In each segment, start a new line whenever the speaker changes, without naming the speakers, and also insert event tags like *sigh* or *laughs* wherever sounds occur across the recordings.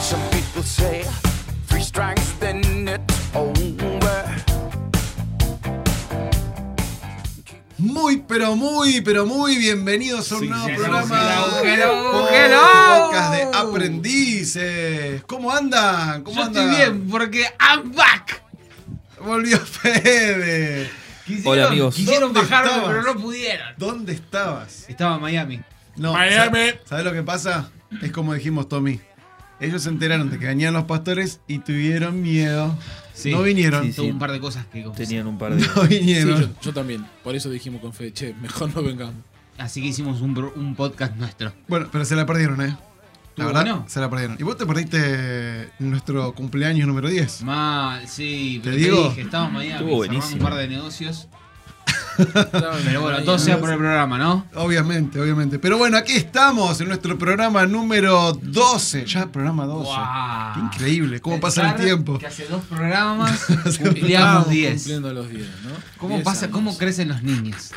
Some people say three strikes, then it's over.
Muy, pero muy, pero muy bienvenidos a un
Sí,
nuevo
sí, sí,
programa
sí.
de
Hello,
po-
hello.
podcast de aprendices. ¿Cómo andan? ¿Cómo
Yo
andan?
estoy bien porque I'm back.
Volvió Fede.
Quisieron,
Hola, amigos.
Quisieron
¿Dónde
bajarme,
estabas?
pero no pudieron.
¿Dónde estabas?
Estaba en Miami.
No, ¿Sabes lo que pasa? Es como dijimos, Tommy. Ellos se enteraron de que venían los pastores y tuvieron miedo.
Sí.
No vinieron.
Sí, sí.
Tengo un par de cosas que confesar.
Tenían un
*laughs*
par de.
No vinieron.
Sí, yo, yo también. Por eso dijimos con Fede, che, mejor no
*laughs*
vengamos.
Así que hicimos un, bro- un podcast nuestro.
Bueno, pero se la perdieron, ¿eh? La
Estuvo
verdad,
bueno.
se la perdieron. Y vos te perdiste nuestro cumpleaños número 10.
Mal, sí.
Te
pero
digo,
dije, estaba en Miami.
estuvo
Cerramos un
buenísimo.
par de negocios.
Pero
Pero bueno, todo sea por el programa, ¿no?
Obviamente, obviamente. Pero bueno, aquí estamos en nuestro programa número 12. Ya, programa 12.
Guau.
Qué increíble, cómo pasa el
Pensar
tiempo.
Que hace dos programas
*laughs* Hace
cumplíamos 10.
Cumpliendo los 10, ¿no?
¿Cómo
10
pasa?
años.
¿Cómo crecen los niños?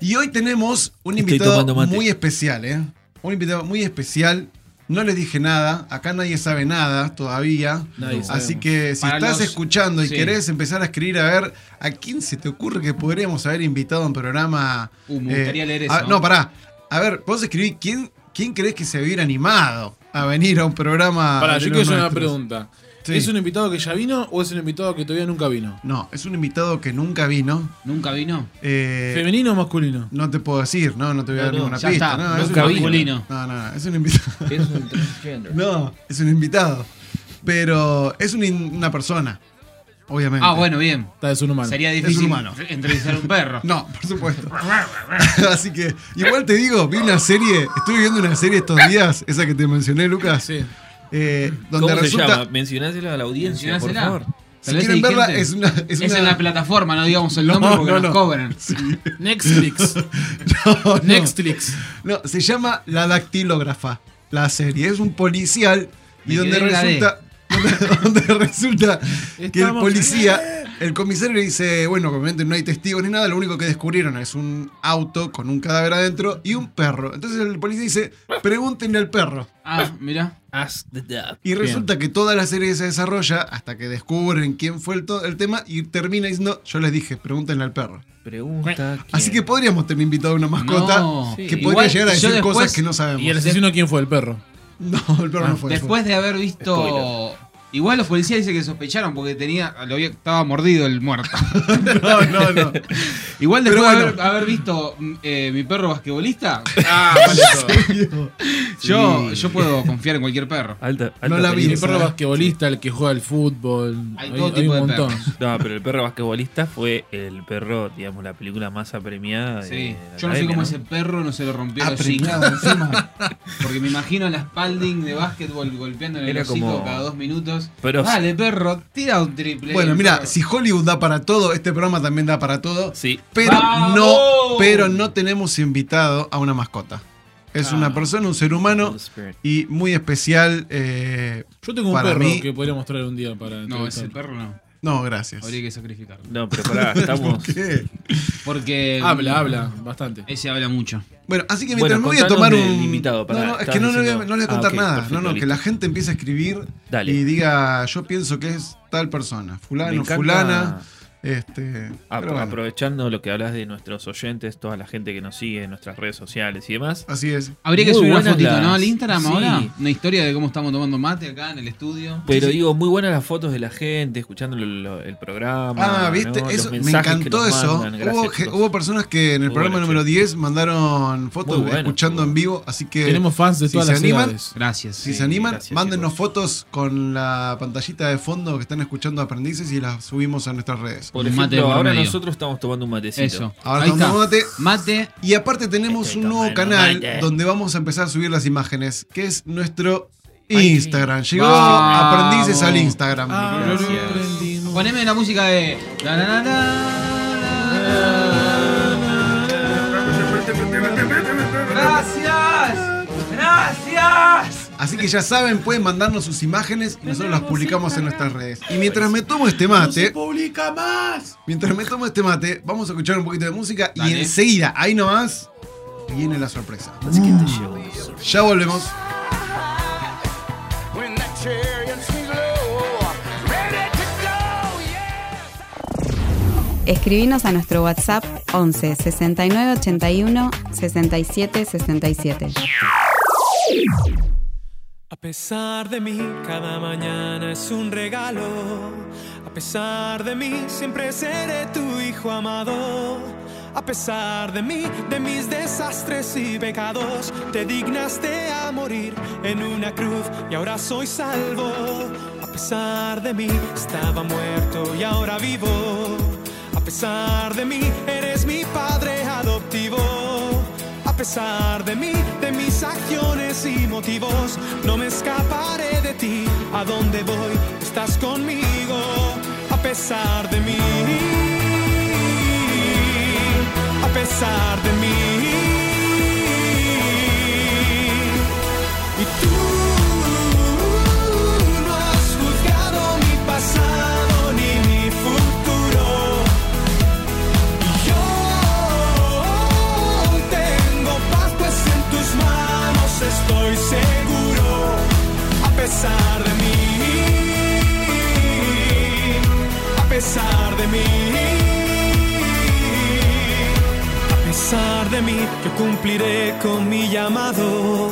Y hoy tenemos un
Estoy
invitado
tomando mate.
muy especial, ¿eh? Un invitado muy especial. No les dije nada, acá nadie sabe nada todavía.
Nadie
Así
sabemos.
que si
Para
estás
los-
escuchando y
sí.
querés empezar a escribir a ver a quién se te ocurre que podríamos haber invitado a un programa. Eh,
Uh, me gustaría leer
a-
eso.
no, pará. A ver, vos escribí quién, quién crees que se hubiera animado a venir a un programa.
Pará,
de
yo
los
quiero hacer una
nuestros?
pregunta.
Sí.
¿Es un invitado que ya vino o es un invitado que todavía nunca vino?
No, es un invitado que nunca vino.
¿Nunca vino?
Eh,
¿Femenino o masculino?
no te puedo decir, no, no te voy a
No,
dar
no,
ninguna
ya
pista.
está,
no, es
nunca
un
vino.
masculino. No, no, es un invitado.
Es un transgender.
No, es un invitado. Pero es un in- una persona, obviamente.
Ah, bueno, bien.
Está, es un humano.
Sería
un
difícil
humano.
entrevistar a un perro.
*laughs* No, por supuesto. Así que, igual te digo, vi una serie, estuve viendo una serie estos días, esa que te mencioné, Lucas,
Sí.
eh, donde
¿Cómo
resulta...
se llama? Mencionásela a la audiencia, por
Mencionásela.
favor.
Si
Tal vez
quieren
hay
verla,
gente-
es una... Es,
Es,
una-
en la plataforma, no digamos el nombre
No,
porque
no,
nos
no.
cobran.
*laughs*
Netflix.
*laughs* No, no.
Netflix.
No, se llama La Dactilógrafa, la serie. Es un policial y
Me
donde
quedé en la
resulta, donde, *laughs* resulta que el
Estamos-
policía, el comisario le dice, bueno, obviamente no hay testigos ni nada, lo único que descubrieron es un auto con un cadáver adentro y un perro. Entonces el policía dice, pregúntenle al perro.
Ah, mira.
Ask the dad.
Y resulta que toda la serie se desarrolla hasta que descubren quién fue el, to- el tema y termina diciendo, yo les dije, pregúntenle al perro.
Pregunta.
Así que
quién.
podríamos tener invitado a una mascota
No.
que
Sí.
podría
Igual,
llegar a
yo
decir cosas
después-
que no sabemos.
¿Y el asesino quién fue? El perro.
*laughs* No, el perro
Ah,
no fue.
Después de haber visto.
Spoiler.
Igual los policías dicen que sospecharon porque tenía. Lo había, estaba mordido el muerto.
*laughs* No, no,
*laughs*
no.
Igual
Pero
después de haber,
bueno.
haber visto mm, eh, mi perro basquetbolista,
Ah, vale todo.
*laughs* yo, yo puedo confiar en cualquier perro.
Alta, alta
No la vi.
El
película.
perro basquetbolista, el que juega al fútbol.
Hay
Hay,
todo
hay
tipo
un
de
montón.
perros.
No, pero el perro basquetbolista fue el perro, digamos, la película más apremiada. de
Sí.
Eh, la
Yo no sé
academia, Ah,
cómo ese perro no se lo rompió el hocico.
Apremiado encima.
Porque me imagino la Spalding de básquetbol golpeando en el
Era
hocico
como-
cada dos minutos.
Pero-
Dale, perro, tira un triple.
Bueno, mira,
Perro.
si Hollywood da para todo, este programa también da para todo.
Sí.
Pero
¡Vamos!
no, pero no tenemos invitado a una mascota. Es
Ah.
una persona, un ser humano
Little Spirit.
y muy especial. eh,
Yo tengo un
Para
perro
mí-
que podría mostrar un día para.
No, ese
entrevistarlo.
perro no.
no, gracias.
Habría que sacrificarlo.
No, pero
*laughs*
pará, estamos.
¿Qué?
Porque.
Ah,
mm,
Habla, habla, bastante.
Ese habla mucho.
Bueno, así que
Bueno,
mientras me voy a
contanos
tomar un.
del invitado, pará,
no, no, es
estabas
que no, le voy a,
diciendo-
no le voy a contar
Ah, ok,
nada.
perfecto,
no, no, que
listo.
la gente empiece a escribir
Dale.
y diga, yo pienso que es tal persona,
Me
fulano,
encanta-
fulana. Este,
Ah,
pero bueno,
Aprovechando lo que hablas de nuestros oyentes, toda la gente que nos sigue en nuestras redes sociales y demás.
así es.
Habría que
Muy
subir una
buenas
fotito,
las-
¿no? Al Instagram
Sí.
ahora. Una historia de cómo estamos tomando mate acá en el estudio.
Pero digo, muy buenas las fotos de la gente, escuchando lo- lo- el programa.
Ah, viste,
¿no? Los
eso, me
mensajes que
encantó
nos
eso.
mandan.
hubo,
Gracias,
ge-
chicos.
hubo personas que en el
Muy
programa
bueno,
número
che.
10 mandaron fotos
Muy bueno,
escuchando
estuvo.
en vivo, así que
Tenemos fans de
si
todas
se
las
animan,
edades.
Gracias.
si
Sí,
se animan,
gracias,
mándenos
chicos.
fotos con la pantallita de fondo que están escuchando aprendices y las subimos a nuestras redes.
Por
Un
ejemplo,
mate de por
ahora
medio.
nosotros estamos tomando un matecito.
Eso.
Ahora
Ahí está.
tomamos
Mate.
mate. Y aparte tenemos
Estoy
un nuevo
tomando
canal
mate.
donde vamos a empezar a subir las imágenes, que es nuestro
Ay,
Instagram. Llegó
Vamos.
aprendices al Instagram.
Ah, Gracias.
Poneme la música de. Na, na, na, na, na, na, na. ¡Gracias! ¡Gracias!
Así que ya saben, pueden mandarnos sus imágenes y nosotros las publicamos en nuestras redes. Y mientras me tomo este mate,
publica más!
mientras me tomo este mate, vamos a escuchar un poquito de música y
Dale.
enseguida, ahí nomás, viene la sorpresa.
Así que te llevo.
Ya volvemos.
When that chariot swings low, ready to go, yeah.
Escribinos a nuestro WhatsApp 11 69 81 67 67.
A pesar de mí, cada mañana es un regalo. A pesar de mí, siempre seré tu hijo amado. A pesar de mí, de mis desastres y pecados, te dignaste a morir en una cruz y ahora soy salvo. A pesar de mí, estaba muerto y ahora vivo. A pesar de mí, eres mi padre adoptivo. A pesar de mí, de mis acciones y motivos, no me escaparé de ti. A donde voy, estás conmigo. A pesar de mí, a pesar de mí. Y tú no has juzgado mi pasado ni mi futuro. Yo tengo paz, pues en tus manos estoy seguro, a pesar de mí, a pesar de mí. A pesar de mí, yo cumpliré con mi llamado.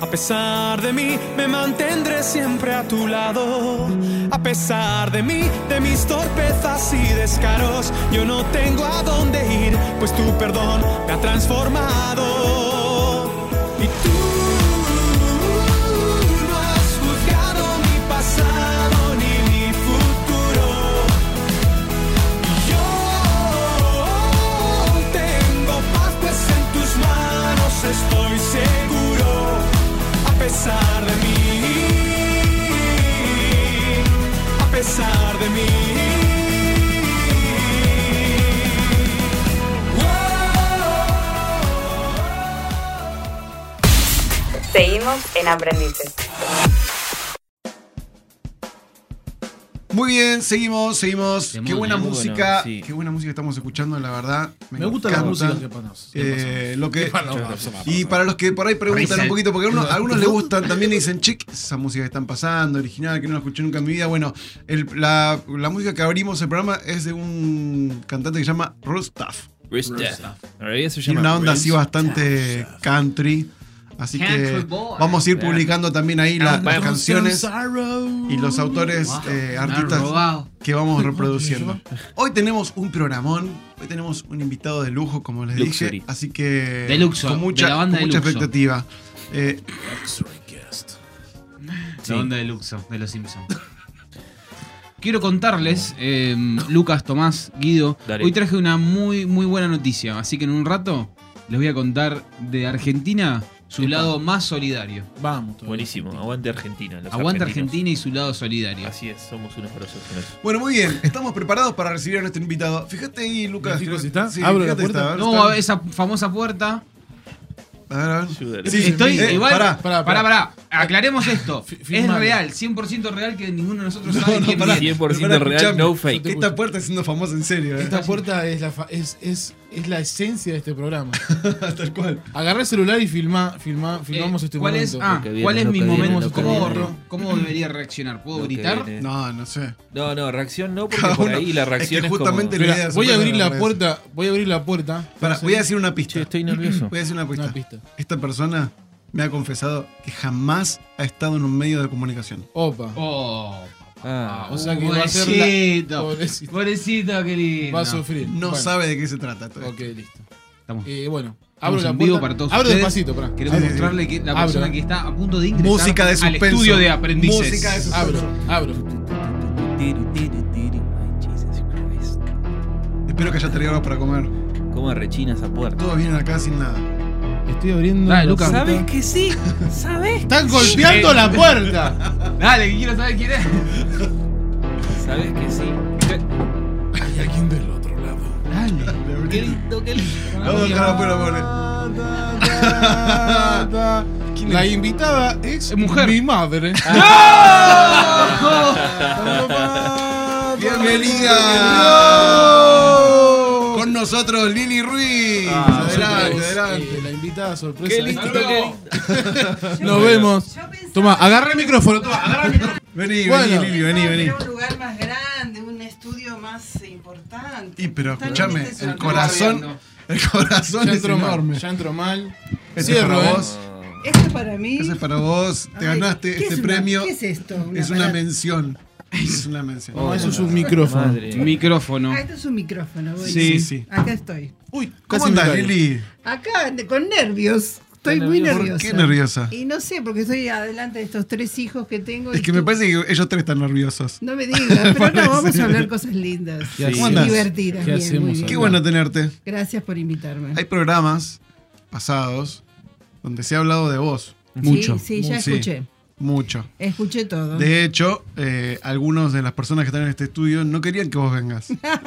A pesar de mí, me mantendré siempre a tu lado. A pesar de mí, de mis torpezas y descaros, yo no tengo a dónde ir, pues tu perdón me ha transformado. Y tú no has juzgado mi pasado ni mi futuro. Yo tengo paz, pues en tus manos estoy seguro, a pesar de mí, a pesar de mí.
Seguimos en Aprendices.
Muy bien, seguimos, seguimos.
Demonio,
qué buena
muy
música,
bueno, sí.
qué buena música estamos escuchando, la verdad.
Me gusta la
encanta.
música que panos.
Eh, lo que, y
Y
para los que por ahí preguntan
Risa.
un poquito, porque a algunos, a algunos les gustan también y dicen, chic, esa música que están pasando, original, que no la escuché nunca en mi vida. Bueno, el- la, la música que abrimos el programa es de un cantante que se llama Rustaf.
Rista. En realidad se
Tiene
llama
una onda así
Rista.
bastante country. Así que
Country boy.
vamos a ir publicando también ahí la- las
Vamos.
canciones y los autores, eh, artistas
robado.
que vamos reproduciendo. Hoy tenemos un programón, hoy tenemos un invitado de lujo, como les
Luxury.
dije, así que
De luxo,
con mucha,
de la banda
con
de
mucha
luxo.
expectativa. Eh,
Sí.
La onda de Luxo, de los Simpsons. *laughs* Quiero contarles, eh, Lucas, Tomás, Guido,
Dale.
hoy traje una muy, muy buena noticia, así que en un rato les voy a contar de Argentina su lado más solidario.
Vamos. todavía.
Buenísimo. Aguante Argentina. los
Aguanta
argentinos.
Argentina y su lado solidario.
Así es, somos unos grosos. con eso.
bueno, muy bien, estamos preparados para recibir a nuestro invitado. Fíjate ahí, Lucas.
¿Me fijo
creo-
si está?
Sí,
¿Abro la
fíjate si está,
puerta?
a ver si
No,
está.
esa famosa puerta.
A ver, a ver.
Ayúdale.
Sí,
Estoy
eh,
igual.
pará.
Pará,
pará,
pará,
pará.
Aclaremos esto.
Fi-
es
firmame.
real, 100% real que ninguno de nosotros
*laughs*
sabe
no,
quién
pará.
viene.
100%
Pero,
real,
escuchame,
no
Que
fake.
esta puerta está siendo famosa en serio, eh.
Esta puerta es la, fa- es, es, es la esencia de este programa. *laughs*
tal cual.
Agarrá el celular y filmá, filmá,
Eh,
filmamos este
¿Cuál es,
momento.
ah,
Lo que viene,
¿cuál es
lo
mi
que viene,
momento?
lo que
¿Cómo,
viene.
¿Cómo debería reaccionar? ¿Puedo
Lo que
gritar?
viene.
No, no sé.
No, no, reacción no,
*laughs*
porque
Cada
por
uno-
ahí la
es que
reacción es,
justamente
como...
la
Esperá,
idea de
voy a
superar
abrir
la
la
red.
puerta. Voy a abrir la puerta.
Pará, voy a decir una
Che,
pista.
estoy nervioso. *clears throat*
Voy a decir una pista.
Una pista.
Esta persona me ha confesado que jamás ha estado en un medio de comunicación.
Opa.
Oh,
Ah,
o sea que va a ser la-
pobrecito.
Pobrecito.
Pobrecito, querido.
Va a sufrir.
No
Bueno,
sabe de qué se trata. todavía.
Ok, listo.
Estamos,
Eh, bueno, abro
estamos
la
en vivo
puerta.
para todos
abro
ustedes.
despacito, pará.
Queremos
Sí, sí, sí.
mostrarle que la
Abro.
persona que está a punto de ingresar
Música de
al
suspenso.
estudio de aprendices.
Música de suspenso.
Abro, abro.
Tiru, tiru, tiru. Ay, Jesus Christ.
Espero que haya traído algo para comer.
¿Cómo rechina esa puerta?
Todos vienen acá sin nada.
Estoy abriendo.
Dale,
la
Lucas.
puerta.
¿Sabes
que sí? ¿Sabes?
Están golpeando
Sí.
la *laughs* puerta.
Dale, que quiero saber quién es.
¿Sabes que sí?
Hay alguien del otro lado.
Dale. Qué lindo, qué lindo.
Vamos a dejar la puerta, pobre.
da, *laughs* da. La invitada es
Es mujer. Ah,
mi madre.
Bienvenida. Con nosotros Lili Ruiz.
Ah,
adelante,
Es,
adelante.
eh, la invitada sorpresa.
Qué
Hasta
lindo,
luego.
qué
Nos vemos. Toma, agarra el micrófono, toma, agarra el micrófono.
Vení,
Bueno.
vení, Lili, vení, vení.
Un lugar más grande, un estudio más importante.
Y pero
Están
escúchame,
en este
el
lugar.
corazón, el corazón
Ya
es
entró
enorme.
mal. Ya entró mal.
Este es
Cierro,
para
¿eh?
vos,
Esto para mí.
ese es para vos, te
Ay,
ganaste
¿qué
este
es una-
premio.
¿Qué es esto?
Es una
aparato.
mención. Es una mención.
No, eso es un micrófono.
Micrófono.
Ah, esto es un micrófono. voy.
Sí, sí, sí.
Acá estoy.
Uy,
¿Cómo
casi me
estás,
caigo.
Lili?
Acá, de- con nervios. Estoy muy nerviosa.
¿Por qué nerviosa?
Y no sé, porque estoy adelante de estos tres hijos que tengo.
Es
y
que me
tú-
parece que ellos tres están nerviosos.
No
*laughs*
me digas, pero no, vamos a hablar cosas lindas. y
¿Qué hacemos? ¿Cómo andás?
Divertidas.
¿Qué
bien,
hacemos
muy bien.
Qué bueno tenerte.
Gracias por invitarme.
Hay programas pasados donde se ha hablado de vos
Mucho.
Sí, sí, ya
Sí.
escuché.
mucho.
Escuché todo. *laughs*
De hecho, eh, algunos de las personas que están en este estudio no querían que vos
*laughs*
vengas.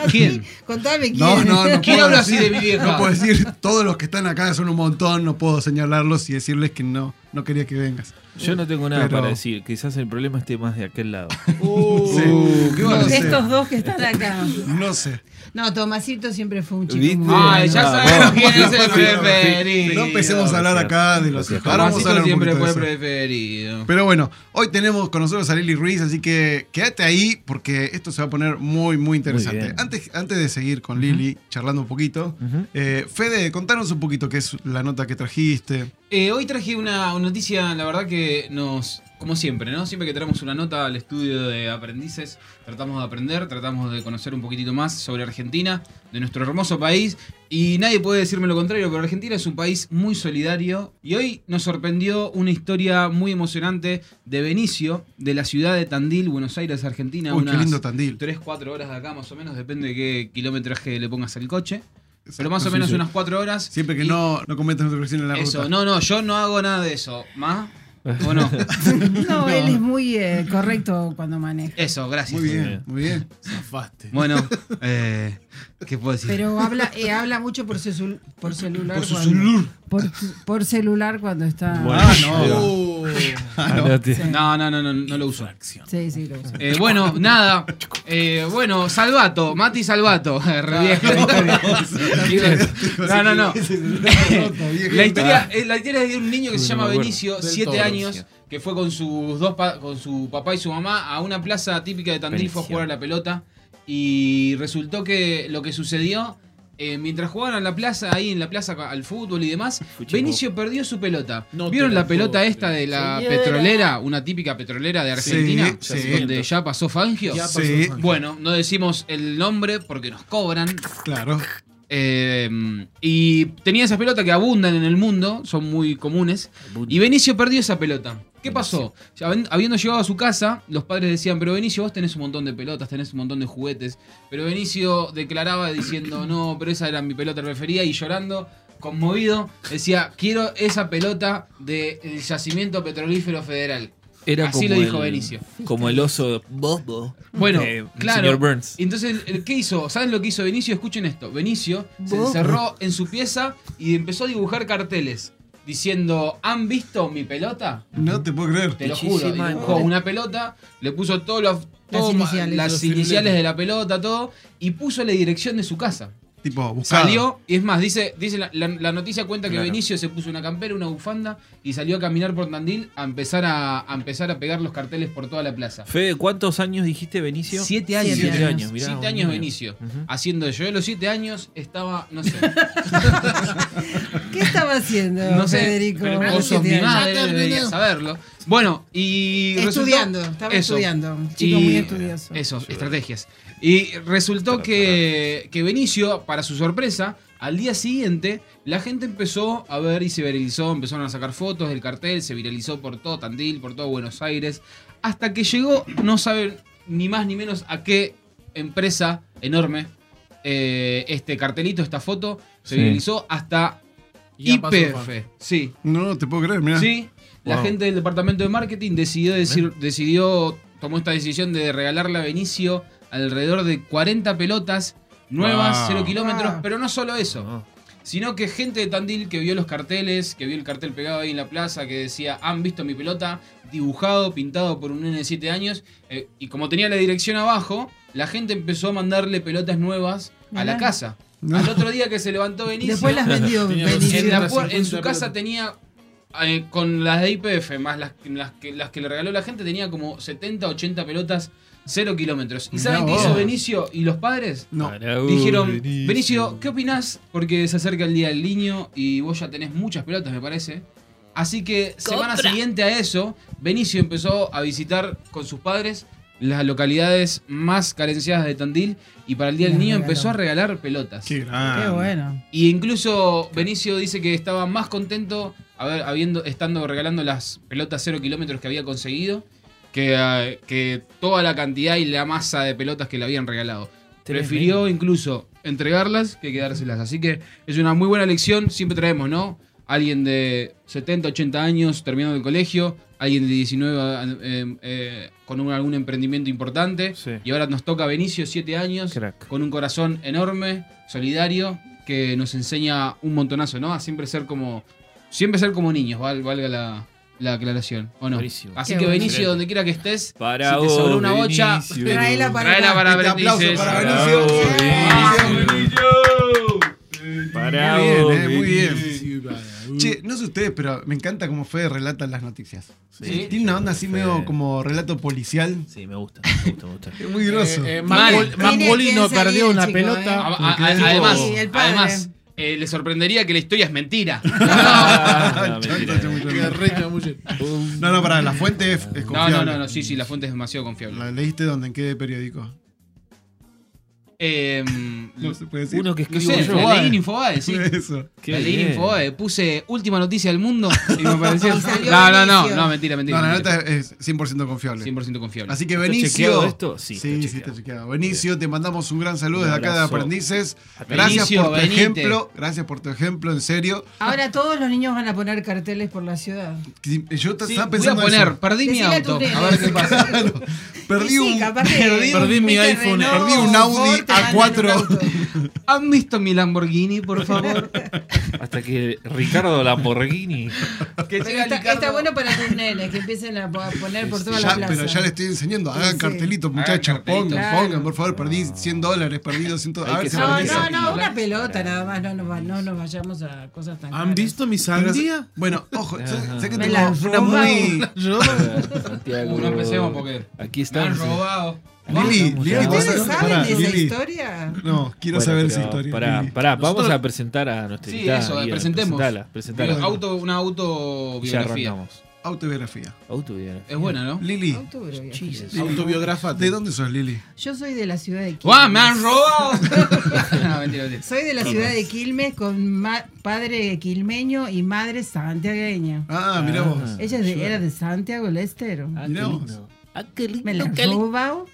¿Quién?
Contame quién.
No, no,
*laughs*
no.
¿Quién
puedo
habla
decir-
así de mi vieja?
No puedo decir, todos los que están acá son un montón, no puedo señalarlos y decirles que no, no quería que vengas.
Yo no tengo nada
Pero-
para decir. Quizás el problema esté más de
*laughs*
aquel lado.
Sí.
Uh, qué
no,
bueno.
sé,
Estos dos que están acá.
no sé.
No, Tomasito siempre fue un
¿Viste?
chico. muy
Ah,
Ay,
bueno.
ya
No,
*laughs*
sabemos
vos.
quién es el
No,
preferido.
No empecemos a hablar acá de los hijos. Ahora vamos a
Tomasito
hablar un
siempre
poquito de
fue
eso.
preferido.
Pero bueno, hoy tenemos con nosotros a Lili Ruiz, así que quédate ahí porque esto se va a poner muy, muy interesante.
bien.
antes, antes de seguir con Lili, charlando un poquito,
Ujú.
eh, Fede, contanos un poquito qué es la nota que trajiste.
Eh, hoy traje una noticia, la verdad que nos, como siempre, ¿no? Siempre que traemos una nota al estudio de aprendices, tratamos de aprender, tratamos de conocer un poquitito más sobre Argentina, de nuestro hermoso país. Y nadie puede decirme lo contrario, pero Argentina es un país muy solidario. Y hoy nos sorprendió una historia muy emocionante de Benicio, de la ciudad de Tandil, Buenos Aires, Argentina.
Uy, qué
unas
lindo Tandil.
3, 4 horas de acá más o menos, depende de qué kilometraje le pongas al coche. Pero más
Sí,
o menos
sí.
unas 4 horas.
Siempre que
Y-
no, no cometas una infracción en la
eso,
ruta.
no, no, yo no hago nada de eso.
*laughs*
¿Más? ¿O no?
No, él es muy eh, correcto cuando maneja.
Eso, gracias.
Muy
Eh,
bien, muy bien.
Zafaste.
Bueno, eh, ¿qué puedo decir?
Pero habla, eh, habla mucho por, su celu- por celular.
Por su
cuando-
celular.
Por, su- por celular cuando está.
Bueno.
Ah, no.
Uh,
ah, Andate.
No, no, no, no, no lo uso.
Sí, sí, lo usa.
*laughs* Eh, bueno, nada. Eh, bueno, Salvato, Mati Salvato. *laughs* Re
*laughs*
*laughs* bien. No, no, no. La historia, eh, la historia es de un niño que se
No
llama
me acuerdo.
Benicio,
Del
7
Toro.
años, que fue con sus dos pa- con su papá y su mamá a una plaza típica de Tandil, fue a
Benicio.
jugar a la pelota. Y resultó que lo que sucedió, eh, mientras jugaban a la plaza, ahí en la plaza ca- al fútbol y demás,
Fuchipo.
Benicio perdió su pelota.
No te
¿Vieron
la
la pelota
puedo
esta de la
creer.
petrolera? Una típica petrolera de Argentina,
Sí, sí.
donde *laughs* ya pasó Fangio.
Ya pasó,
Sí.
Fangio.
Bueno, no decimos el nombre porque nos cobran.
Claro.
Eh, y tenía esas pelotas que abundan en el mundo, son muy comunes. Y Benicio perdió esa pelota. ¿Qué pasó? Ya habi- Habiendo llegado a su casa, los padres decían, pero Benicio, vos tenés un montón de pelotas, tenés un montón de juguetes. Pero Benicio declaraba diciendo, no, pero esa era mi pelota preferida y llorando, conmovido, decía, quiero esa pelota del yacimiento petrolífero federal.
Era
Así
como
lo dijo
el-
Benicio.
Como el oso Bobo.
Bueno,
Eh,
claro.
Señor Burns.
Entonces, el- ¿qué hizo? ¿Saben lo que hizo Benicio? Escuchen esto. Benicio se encerró en su pieza y empezó a dibujar carteles diciendo, ¿han visto mi pelota?
No te puedo creer.
Te lo juro. Y dibujó una pelota, le puso todos los- todo ma-
iniciales.
las
Los
iniciales
firuletes.
de la pelota, todo, y puso la dirección de su casa.
Tipo, buscado.
Salió, y es más, dice, dice la, la- la noticia cuenta que
Claro.
Benicio se puso una campera, una bufanda, y salió a caminar por Tandil a empezar a, a empezar a pegar los carteles por toda la plaza.
Fede, ¿cuántos años dijiste, Benicio?
Siete años.
Siete
Siete
años.
años, mirá.
Siete
un
años
niño.
Benicio.
Ujú.
Haciendo yo de los siete años estaba,
*laughs*
no sé.
¿Qué estaba haciendo,
No sé.
Federico?
pero
¿Qué
vos sos mi
te-
madre,
Ya terminé.
deberías saberlo. Bueno, y. resultó-
Estudiando, estaba
eso,
estudiando. Un chico muy
y-
estudioso.
Eso, estrategias. Y resultó que, que Benicio, para su sorpresa, al día siguiente la gente empezó a ver y se viralizó, empezaron a sacar fotos del cartel, se viralizó por todo Tandil, por todo Buenos Aires, hasta que llegó, no saben ni más ni menos a qué empresa enorme eh, este cartelito, esta foto, se
Sí.
viralizó hasta
Ya pasó,
IPF.
Fangio.
Sí,
No te puedo creer, mirá.
Sí, la
Wow.
gente del departamento de marketing decidió, decir, decidió tomó esta decisión de regalarle a Benicio alrededor de 40 pelotas nuevas,
Wow.
0 kilómetros,
Ah.
Wow.
pero no solo eso. sino que gente de Tandil que vio los carteles, que vio el cartel pegado ahí en la plaza, que decía, han visto mi pelota, dibujado, pintado por un nene de 7 años, eh, y como tenía la dirección abajo, la gente empezó a mandarle pelotas nuevas a la
Mirá.
casa.
No.
Al otro día que se levantó Benicio,
Después las vendió.
Tenía
Benicio.
en, la
250
puer- en su casa
pelotas.
tenía, eh, con las de IPF, más las, las que, las que le regaló la gente, tenía como 70, 80 pelotas, 0 kilómetros. ¿Y
Mirá
saben qué
vos.
hizo Benicio y los padres?
No.
Araúz,
Dijeron,
Benicio.
Benicio, ¿qué opinás? Porque se acerca el Día del Niño y vos ya tenés muchas pelotas, me parece. Así que semana siguiente a eso, Benicio empezó a visitar con sus padres las localidades más carenciadas de Tandil y para el Día del
Les
Niño
regaló.
empezó a regalar pelotas.
Qué
Qué
grande.
bueno.
Y incluso Benicio dice que estaba más contento haber- habiendo, estando regalando las pelotas 0 kilómetros que había conseguido que, eh, que toda la cantidad y la masa de pelotas que le habían regalado.
Tremendo.
Prefirió incluso entregarlas que quedárselas. Así que es una muy buena lección. Siempre traemos, ¿no? Alguien de 70, 80 años terminando el colegio, alguien de 19 eh, eh, con un- algún emprendimiento importante.
Sí.
Y ahora nos toca Benicio, 7 años,
Crack.
con un corazón enorme, solidario, que nos enseña un montonazo, ¿no? A siempre ser como, siempre ser como niños, val- valga la, la aclaración, ¿o no?
Buenísimo.
Así
Qué
que
bueno.
Benicio, donde quiera que estés,
Para
si te
vos,
sobró una bocha,
Benicio.
Traela para
traela
acá.
para
Este aplauso
Benicio.
para
Bravo,
Benicio.
Benicio.
Muy
Pará
bien,
vos,
eh, muy bien.
Benicio,
Che, no sé ustedes, pero me encanta cómo Fede relata las noticias.
Sí.
Tiene una onda así
Fede.
medio como relato policial.
Sí, me gusta, me gusta, me gusta.
Es muy groso.
Eh, eh,
Mal.
Mancol- Mancolino
Tiene que
perdió una
salir,
eh.
chico,
*laughs* A-
pelota.
a- a-
porque-
además,
Sí, el padre.
además eh, le sorprendería que la historia es
*laughs*
mentira. Ah,
*laughs*
No, mentira.
Chanta, chanta,
Que
chanta.
recha mucho.
No, no, pará, la fuente es, es
No,
confiable.
no, no, no, sí, sí, la fuente es demasiado confiable.
¿La leíste donde en qué periódico?
Eh,
*laughs*
No se puede decir.
Uno que
no
escribo
sé,
yo.
la leí en Infobae, sí.
*laughs* Eso.
*laughs* Qué
la leí en
bien.
Infobae, puse última noticia del
*laughs*
mundo *laughs* y me pareció.
Y salió
no, no, no,
Benicio.
no, mentira, mentira.
No, la
mentira.
nota es 100% confiable.
100% confiable.
Así que
¿Está
Benicio.
chequeado esto?
Sí,
Sí, está
sí,
chequeado.
está chequeado. Benicio, te mandamos un gran saludo
Un
desde acá de
abrazo.
Aprendices. Gracias
Benicio,
por tu
venite.
ejemplo. Gracias por tu ejemplo, en serio.
Ahora todos los niños van a poner carteles por la ciudad.
Yo
Sí,
estaba
voy a
pensando.
poner,
eso.
perdí mi
Decile a tu
auto.
nene.
A ver qué
*laughs*
pasa.
*laughs* Claro. Perdí
Sí,
un.
capaz
*laughs*
que
perdí un-
perdí mi
viste,
iPhone,
Renault,
perdí un Audi
Ford, te mandan un
A4.
auto.
¿Han visto mi Lamborghini, por favor?
Hasta que Ricardo Lamborghini.
que
Pero
llega
está,
Ricardo.
está bueno para *laughs* tus nenes que empiecen a po- a poner por toda
Ya,
la plaza.
pero ya le estoy enseñando. Hagan
Sí.
cartelitos,
Hagan
muchachos.
cartelitos.
Pongan,
Claro.
pongan, por favor. Perdí 100 dólares, perdí 200.
Hay
A ver
que
si
saber
No,
que
aprendés.
no,
se
no,
aplica.
una pelota nada más, no nos, va- no nos vayamos a cosas tan
¿Han
caras.
visto mi
Pero-
sandía?
Bueno, ojo, sé, sé que
Me
tengo
la
una
robaron.
muy.
Yo.
Santiago.
No empecemos porque
Aquí
me han
estamos.
robado.
Lili,
Vamos,
Lili,
ya.
vos
¿Ustedes
sabés-
saben
pará,
de esa
Lili.
historia?
No, quiero
Bueno,
saber
pero
esa historia.
Pará,
Lili.
pará, vamos
Nosotros-
a presentar a nuestra
Sí,
invitada,
eso,
Guido,
presentemos.
Presentala, presentala.
Auto, una
Ya
autobiografía.
arrancamos.
Autobiografía.
Autobiografía.
Es buena, ¿no?
Lili,
Autobiografía.
Autobiografía.
¿de dónde sos, Lili?
Yo soy de la ciudad de Quilmes.
¡Guau! ¡Me han robado! *laughs* no, mentira, mentira.
Soy de la ciudad de Quilmes con ma- padre quilmeño y madre santiagueña.
Ah, mirá
Ah.
vos.
Ella es de- era de Santiago del Estero.
Ah,
Mirá
qué
vos.
lindo. Ah, qué lindo,
Me la
qué lindo,
robado.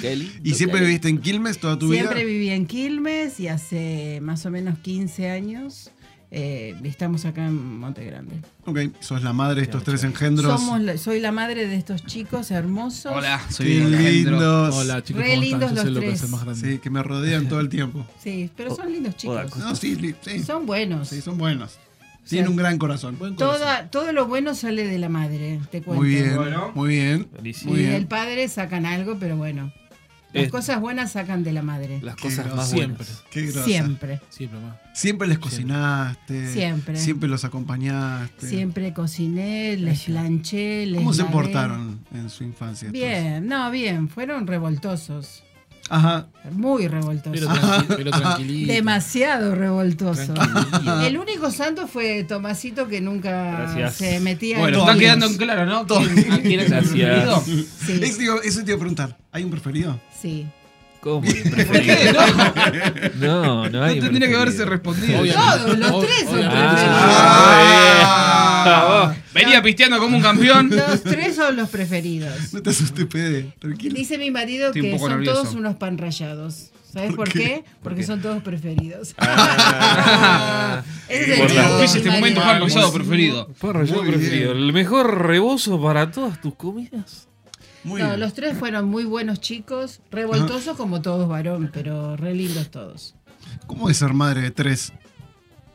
qué lindo,
¿Y siempre
qué lindo.
viviste en Quilmes toda tu
Siempre
vida?
viví en Quilmes y hace más o menos 15 años eh, estamos acá en Monte Grande.
Ok, sos la madre de estos tres engendros.
Somos la- soy la madre de estos chicos hermosos.
Hola, soy
Qué
Diego Alejandro.
lindos.
Hola, chicos.
Re
¿cómo están?
lindos
Yo
los
soy López,
tres.
el más grande.
Sí, que me rodean todo el tiempo.
Sí, pero son lindos
hola,
chicos.
No, sí, Lili, sí.
Son buenos.
Sí, son buenos. Tienen un gran corazón.
Buen corazón.
Toda- todo lo bueno sale de la madre, te cuento.
Muy bien,
Bueno.
muy bien.
Buenísimo.
Y
Muy
del
bien.
padre sacan algo, pero bueno. Las
Eh,
cosas buenas sacan de la madre.
Las
Qué
cosas más
Siempre.
buenas.
Qué grosa.
Siempre.
Siempre, mamá.
Siempre les cocinaste.
Siempre.
Siempre los acompañaste.
Siempre cociné, les planché, les.
¿Cómo se
lavé.
portaron en su infancia? estos?
Bien, no, bien. Fueron revoltosos.
Ajá.
Muy revoltosos.
Pero, tranqui- *laughs* pero tranquilito.
Demasiado revoltosos.
Tranquilito.
El único santo fue Tomasito que nunca
Gracias.
se metía
Bueno,
en
está
líos.
quedando en claro, ¿no? ¿Quién- ¿A quién es el
Gracias.
preferido?
Sí,
Eso, te iba- eso te iba a preguntar. ¿Hay un preferido?
sí.
¿Cómo?
¿Por qué? No, no
No, no hay.
tendría que
preferido.
haberse respondido.
Obviamente.
Todos, los tres son
Obviamente.
Ah, muy bien. Ah,
Venía pisteando como un campeón. *laughs*
Los tres son los preferidos.
No te asustes, Pede. Tranquilo.
Dice mi marido
Estoy un
que
poco
son
nervioso.
todos unos pan rayados. ¿Sabes por,
¿Por
qué?
qué?
Porque son todos preferidos.
Ah.
Ese es el
Por la
chiste de
Auspicia
mi
este momento,
marido.
Juan Rosado
Eh,
*laughs*
preferido.
Porro, yo
Muy bien.
preferido. ¿El mejor rebozo para todas tus comidas?
Muy
No,
bien.
los tres fueron muy buenos chicos, revoltosos como todos varón, pero re lindos todos.
¿Cómo es ser madre de tres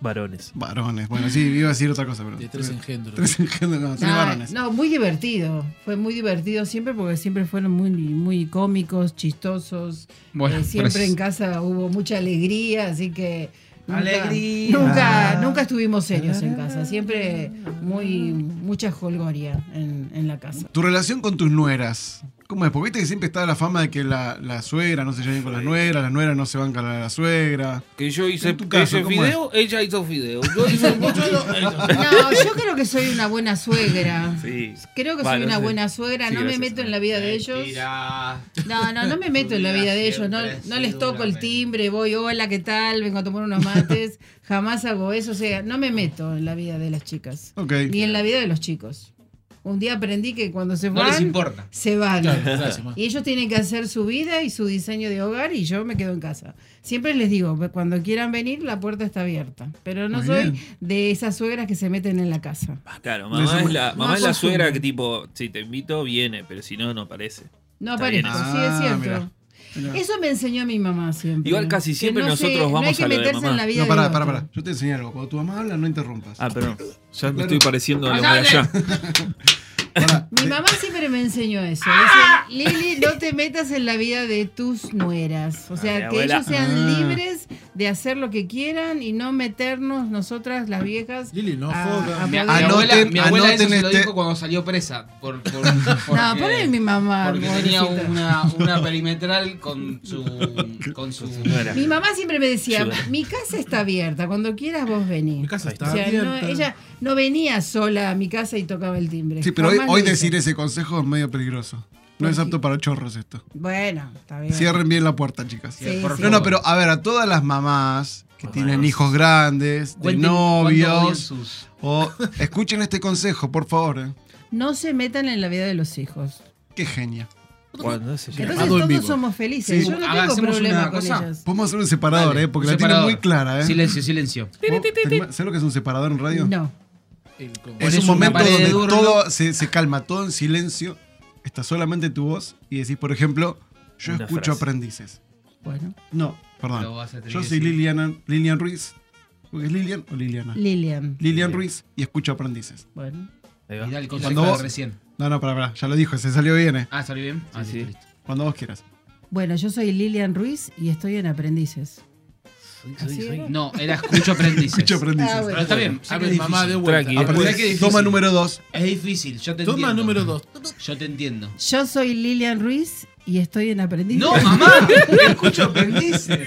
Varones.
varones? Bueno, sí, iba a decir otra cosa, pero.
De tres engendros.
Tres engendros, no, tiene
No,
varones.
Ah, No, muy divertido. Fue muy divertido siempre porque siempre fueron muy, muy cómicos, chistosos.
Bueno, pues.
Eh, siempre
gracias.
en casa hubo mucha alegría, así que. Nunca,
Alegría.
Nunca, nunca estuvimos serios en casa. Siempre muy mucha jolgoria en, en la casa.
Tu relación con tus nueras. ¿Cómo es? Porque viste que siempre está la fama de que la, la suegra no se lleva bien con las nueras, las nueras no se van con la, la suegra.
Que yo hice
En tu caso,
ese
¿cómo es?
video, ella hizo video. Yo hice un
*laughs* No, yo creo que soy una buena suegra.
*laughs* Sí.
Creo que
Bueno,
soy una
sí.
buena suegra,
Sí,
no me
gracias.
meto en la vida de ellos.
Mentira.
No, no, no me meto en la
Tu vida
vida de ellos, no,
siempre ha
no les
sido
toco
una
el
pena.
timbre, voy, hola, ¿qué tal? Vengo a tomar unos mates, jamás hago eso, o sea, no me meto en la vida de las chicas,
Ok.
ni en la vida de los chicos. Un día aprendí que cuando se
No les
van,
importa.
se van.
Claro, gracias, ma.
Y ellos tienen que hacer su vida y su diseño de hogar y yo me quedo en casa. Siempre les digo, cuando quieran venir, la puerta está abierta. Pero no
Muy
soy
bien.
de esas suegras que se meten en la casa.
Claro,
Les
mamá
hemos-
es la, mamá
No
es la
consumo.
suegra que tipo, si te invito, viene, pero si no, no aparece.
No
Está bien
aparezco,
eso.
sí, es
Ah,
cierto.
mirá, mirá.
Eso me enseñó mi mamá siempre.
Igual casi
Que
siempre
no sé,
nosotros
no hay
vamos
que
a lo de
meterse
mamá.
en la vida
No,
de
pará,
otro.
pará, pará. Yo te enseñé algo. Cuando tu mamá habla, no interrumpas.
Ah, perdón. Ya me estoy pareciendo a lo de allá.
*laughs*
Pará,
Mi
de-
mamá siempre me enseñó eso.
Ah.
Dice, Lili, no te metas en la vida de tus nueras. O
Ah,
sea,
mi
que
abuela.
ellos sean
Ah.
libres de hacer lo que quieran y no meternos nosotras las viejas.
Lili, no
a-
jodas.
a
Mi, mi
poder-
abuela, mi abuela
anoten
eso se lo
este-
dijo cuando salió presa. Por,
*laughs*
por,
No, ponle mi mamá.
Porque tenía
pobrecita.
una, una perimetral con su. con su.
Mi mamá siempre me decía,
Ayuda.
mi casa está abierta, cuando quieras vos venís.
Mi casa está
O sea, no,
abierta.
ella no venía sola a mi casa y tocaba el timbre.
Sí, pero hoy,
Jamás
hoy
lo hizo.
decir ese consejo es medio peligroso. No es apto para chorros esto.
Bueno, está bien.
Cierren bien la puerta, chicas.
Sí,
Por
sí.
No, no, pero a ver, a todas las mamás que tienen hijos grandes, de
Cuenten cuánto odian
novios,
sus-
o escuchen este consejo, por favor. ¿eh?
No se metan en la vida de los hijos.
Qué genia.
Cuando se llama.
Entonces
Grabado en
todos
vivo.
somos felices.
Sí.
Yo no
Ah,
tengo
hacemos
problema
una
con
cosa.
ellas.
Podemos hacer un separador,
Dale,
¿eh? porque
un
la tienen
separador.
muy clara. ¿eh?
Silencio, silencio.
¿Vos te anima- ¿Sabes lo que es un separador en radio?
No.
Eh,
El con-
Es
Pones
un
una
momento
pared de
donde
Durlock.
todo se, se calma, todo en silencio. Está solamente tu voz y decís, por ejemplo, yo
Una
escucho
frase.
aprendices.
Bueno.
No, perdón.
Lo vas a tener
Yo
que
soy
decir.
Liliana, Lilian Ruiz. Porque es Lilian o Liliana.
Lilian.
Lilian Ruiz y escucho aprendices.
Bueno.
*laughs*
Ahí
Y da
va.
el
Cuando
consejo
vos-
de recién.
No, no, pará, pará, ya lo dijo, se salió bien, eh.
Ah, salió bien. Ah,
Sí,
listo,
sí.
listo.
Cuando vos quieras.
Bueno, yo soy Lilian Ruiz y estoy en Aprendices.
Soy- soy-
¿Así
soy-
era?
No, era escucho aprendices.
Escucho aprendices.
Ah, bueno.
Pero está bien.
Abre mamá de vuelta.
Tranqui.
Aprendiz.
Mirá qué difícil.
Toma número 2.
Es difícil, yo te entiendo.
Toma número dos.
Yo te entiendo.
Yo soy Lilian Ruiz y estoy en Aprendices.
No, mamá, escucho aprendices.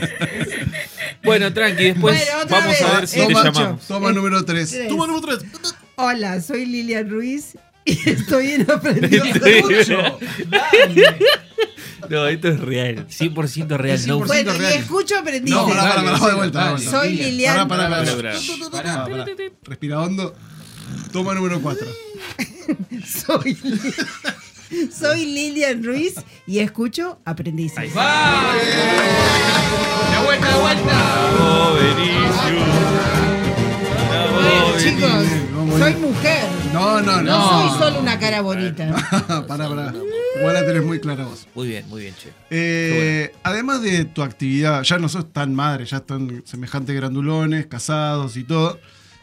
Bueno, tranqui, después
Bueno, otra
vamos
vez.
a ver si
Eh,
te
Toma,
llamamos.
toma número 3.
Tres.
Toma número tres.
*laughs* Hola, soy Lilian Ruiz y estoy en
*laughs*
Aprendices.
Este, *laughs* No, esto es real, 100% real. No,
bueno, y
real.
escucho Aprendices.
No, pará, pará, pará, de vuelta, de
Dale.
vuelta.
soy
Lilian.
Lilian.
Pará, pará,
Pará,
pará.
pará.
Pará, pará. Respira hondo. Toma número 4.
Soy, Li- soy Lilian Ruiz y escucho Aprendices.
¡Va! ¡De vuelta, de vuelta!
Oh, Benicio.
Ah,
Bueno, chicos,
vamos
soy
bien.
mujer.
No,
No,
no, no.
soy solo una cara bonita.
*laughs* pará, pará. Igual la tenés muy clara vos.
Muy bien, muy bien, che.
Eh, además de tu actividad, ya no sos tan madre, ya están semejantes grandulones, casados y todo,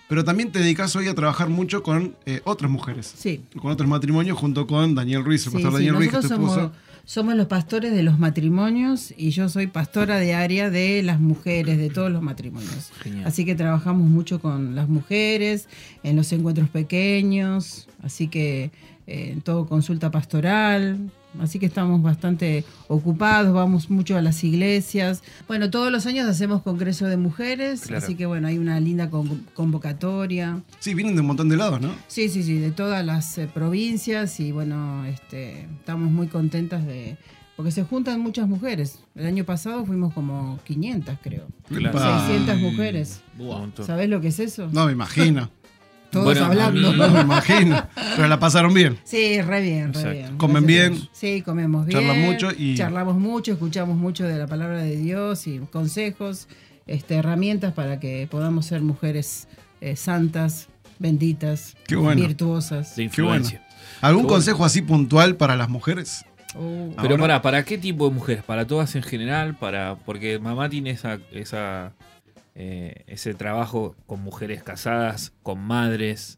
pero también te dedicas hoy a trabajar mucho con eh, otras mujeres,
Sí.
con otros matrimonios, junto con Daniel Ruiz, el
Sí,
pastor
sí,
Daniel Ruiz, que
nosotros
te
somos,
puso.
somos los pastores de los matrimonios y yo soy pastora de área de las mujeres, de todos los matrimonios.
Genial.
Así que trabajamos mucho con las mujeres, en los encuentros pequeños, así que eh, en todo consulta pastoral. Así que estamos bastante ocupados, vamos mucho a las iglesias. Bueno, todos los años hacemos Congreso de Mujeres,
Claro.
así que bueno, hay una linda con- convocatoria.
Sí, vienen de un montón de lados, ¿no?
Sí, sí, sí, de todas las eh, provincias y bueno, este, estamos muy contentas de... Porque se juntan muchas mujeres. El año pasado fuimos como 500, creo.
Claro.
Pa.
600 mujeres.
Un montón.
¿Sabés lo que es eso?
Ah. No, me imagino.
Todos *laughs*
Bueno,
hablando.
No me imagino. Pero la pasaron bien.
Sí, re bien, re
Exacto.
bien.
Comen
Gracias a
bien.
Dios. Sí, comemos bien.
Charlan mucho y-
Charlamos mucho, escuchamos mucho de la palabra de Dios y consejos, este, herramientas para que podamos ser mujeres eh, santas, benditas,
Qué bueno.
virtuosas.
De influencia.
¿Algún
Qué bueno.
consejo así puntual para las mujeres?
Pero
Ahora-
para, ¿para qué tipo de mujeres? ¿Para todas en general? para Porque mamá tiene esa, esa, eh, ese trabajo con mujeres casadas, con madres.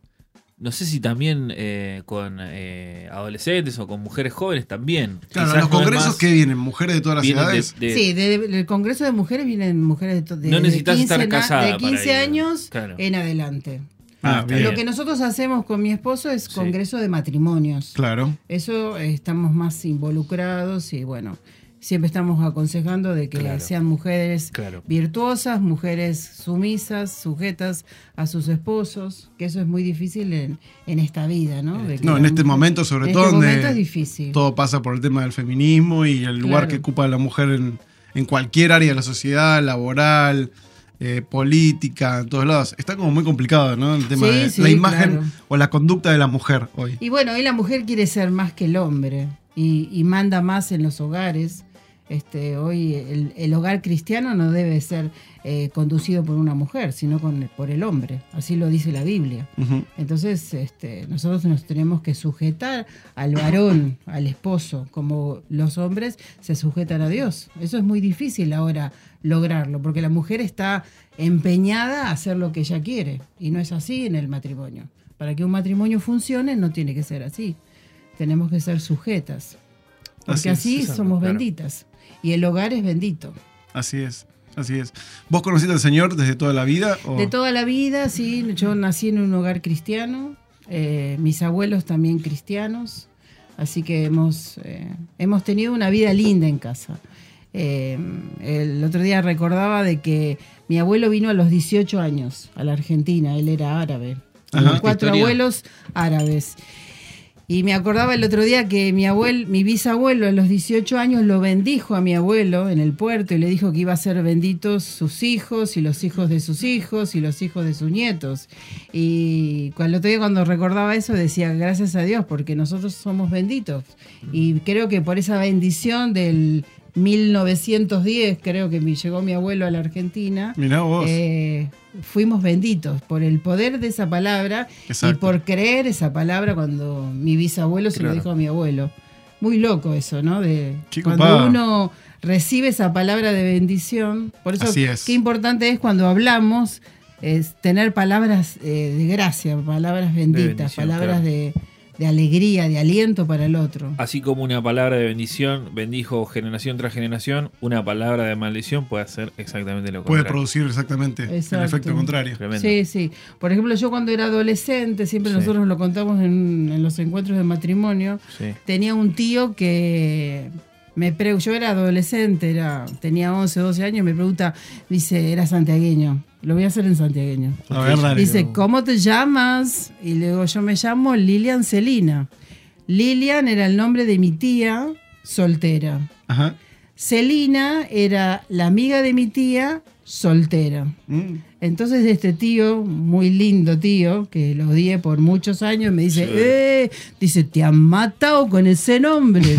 No sé si también eh, con eh, adolescentes o con mujeres jóvenes también.
Claro,
Quizás
los
no es
congresos
más-
que vienen, mujeres de todas las
vienen de-
edades.
de-
Sí, de- del Congreso de Mujeres vienen mujeres de, to- de,
No
de
necesitas estar
na-
casada
de
para
15
ir.
años
Claro.
en adelante.
Ah, bien.
Lo que nosotros hacemos con mi esposo es Congreso de Matrimonios.
Claro.
Eso eh, estamos más involucrados y bueno, siempre estamos aconsejando de que
Claro.
sean mujeres
Claro.
virtuosas, mujeres sumisas, sujetas a sus esposos, que eso es muy difícil en, en esta vida, ¿no? De que
No, en
la
este
mujer-
momento, sobre
en
todo,
este
donde
momento es difícil.
todo pasa por el tema del feminismo y el lugar
Claro.
que ocupa la mujer en, en cualquier área de la sociedad, laboral, eh, política, en todos lados. Está como muy complicado, ¿no? El tema
Sí,
de
sí,
la imagen
claro.
o la conducta de la mujer hoy.
Y bueno, hoy la mujer quiere ser más que el hombre y, y manda más en los hogares. Este, hoy el, el hogar cristiano no debe ser eh, conducido por una mujer, sino con- por el hombre. Así lo dice la Biblia.
Ujú.
Entonces, este, nosotros nos tenemos que sujetar al varón, al esposo, como los hombres se sujetan a Dios. Eso es muy difícil ahora lograrlo, porque la mujer está empeñada a hacer lo que ella quiere, y no es así en el matrimonio. Para que un matrimonio funcione no tiene que ser así. Tenemos que ser sujetas,
Así
porque
es,
así,
Susana,
somos
claro.
benditas, y el hogar es bendito.
Así es, así es. ¿Vos conociste al Señor desde toda la vida? o-
De toda la vida, sí. Yo nací en un hogar cristiano, eh, mis abuelos también cristianos, así que hemos, eh, hemos tenido una vida linda en casa. Eh, el otro día recordaba de que mi abuelo vino a los 18 años a la Argentina, él era árabe.
Ajá.
Tenía cuatro
Historia.
abuelos árabes. Y me acordaba el otro día que mi abuelo, mi bisabuelo a los 18 años lo bendijo a mi abuelo en el puerto y le dijo que iba a ser benditos sus hijos y los hijos de sus hijos y los hijos de sus nietos. Y cu- el otro día cuando recordaba eso decía, gracias a Dios, porque nosotros somos benditos. Y creo que por esa bendición del 1910, creo que mi- llegó mi abuelo a la Argentina.
Mirá vos.
eh, fuimos benditos por el poder de esa palabra
Exacto.
y por creer esa palabra cuando mi bisabuelo se
Claro.
lo dijo a mi abuelo. Muy loco eso, ¿no? De
Qué
cuando
copado.
uno recibe esa palabra de bendición. Por eso
Así es.
qué importante es cuando hablamos es tener palabras eh, de gracia, palabras benditas,
bendición,
palabras
claro.
de, de alegría, de aliento para el otro.
Ah,
Así como una palabra de bendición bendijo generación tras generación, una palabra de maldición puede hacer exactamente lo
Puede
contrario.
producir exactamente el
Exacto.
efecto contrario.
Tremendo.
Sí, sí. Por ejemplo, yo cuando era adolescente, siempre nosotros lo contamos en, en los encuentros de matrimonio,
Sí.
tenía un tío que me pre- yo era adolescente, era, tenía 11, 12 años, me pregunta, dice, era santiagueño. Lo voy a hacer en santiagueño.
A ver, dale.
dice, ¿cómo te llamas? Y le digo, yo me llamo Lilian Celina. Lilian era el nombre de mi tía soltera.
Ajá.
Celina era la amiga de mi tía soltera.
Mm.
Entonces este tío, muy lindo tío, que lo odié por muchos años, me dice,
Sí.
eh, dice, te han matado con ese
*laughs*
nombre,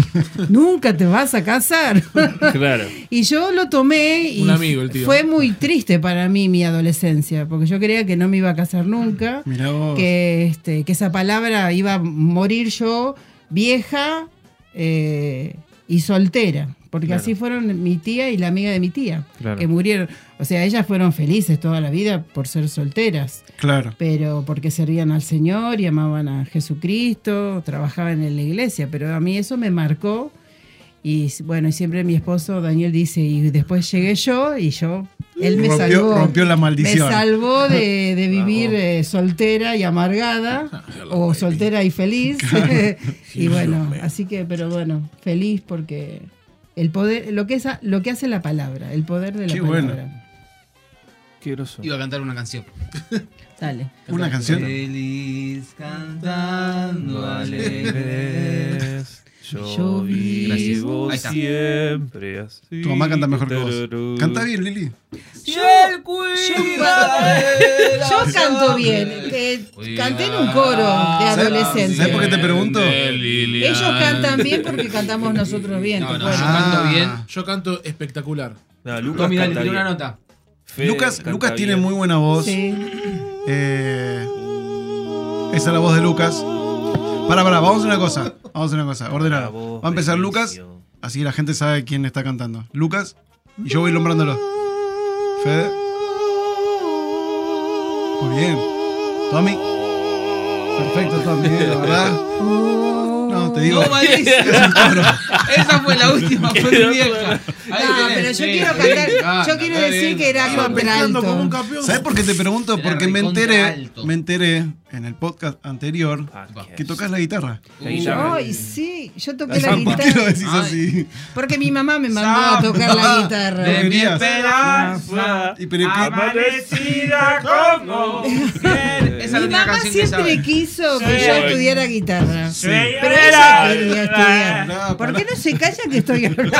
nunca te vas a casar. *laughs*
Claro.
y yo lo tomé y
Un amigo, el tío.
fue muy triste para mí mi adolescencia, porque yo creía que no me iba a casar nunca,
Mirá vos.
que, este, que esa palabra iba a morir yo vieja eh, y soltera. Porque
Claro.
así fueron mi tía y la amiga de mi tía,
Claro.
que murieron. O sea, ellas fueron felices toda la vida por ser solteras,
Claro.
pero porque servían al Señor y amaban a Jesucristo, trabajaban en la iglesia. Pero a mí eso me marcó. Y bueno, y siempre mi esposo Daniel dice, y después llegué yo y yo, él me
Rompió-
salvó.
rompió la maldición.
Me salvó de, de vivir eh, soltera y
*laughs*
amargada, o soltera y feliz. *laughs* y bueno, así que, pero bueno, feliz porque el poder, lo que, es, a- lo que hace la palabra, el poder de la
Qué
palabra.
bueno.
Qué groso.
Iba a cantar una canción.
Dale.
¿Una canción?
Feliz cantando
alegres. Yo,
Yo
vivo
vivo Ahí está.
siempre así.
Tu mamá canta mejor que vos.
Tararú.
Canta bien, Lili.
Yo, yo canto bien. eh, canté en un coro de adolescentes.
¿Sabes por qué te pregunto?
Ellos cantan bien porque cantamos nosotros bien. ¿te acuerdas?
canto bien.
Yo canto espectacular.
No,
Tommy, dale, tira una nota.
Lucas, Lucas tiene muy buena voz.
Sí.
Eh, esa es la voz de Lucas. Para, para, vamos a una cosa. Vamos a hacer una cosa, ordenar. Va a empezar Lucas, así la gente sabe quién está cantando. Lucas, y yo voy nombrándolo. Fede. Muy bien. Tommy. Perfecto, Tommy, la verdad. No, te digo.
No, Madrid.
Es un toro.
Esa fue la última, fue
Quedó
mi vieja. Ahí
No,
tenés,
pero yo
sí,
quiero
sí,
cantar-
gana,
yo quiero
está
decir
bien.
que era
Iba
contra
peleando
alto.
como un
¿Sabes por qué te pregunto?
Era
Porque me
recontra
enteré,
alto.
me enteré en el podcast anterior que tocas la guitarra.
La guitarra.
Ay, sí, yo toqué
Ay,
la
¿Por qué lo
guitarra.
decís así?
Porque mi mamá me mandó a tocar la guitarra.
De mi
esperanza,
Y pero
ah,
Ah,
que-
como Esa es
Mi
la única
mamá
canción que
siempre
sabe.
quiso que
Sí.
yo estudiara guitarra.
Sí.
Pero ella quería estudiar. ¿Por qué no se calla que estoy hablando?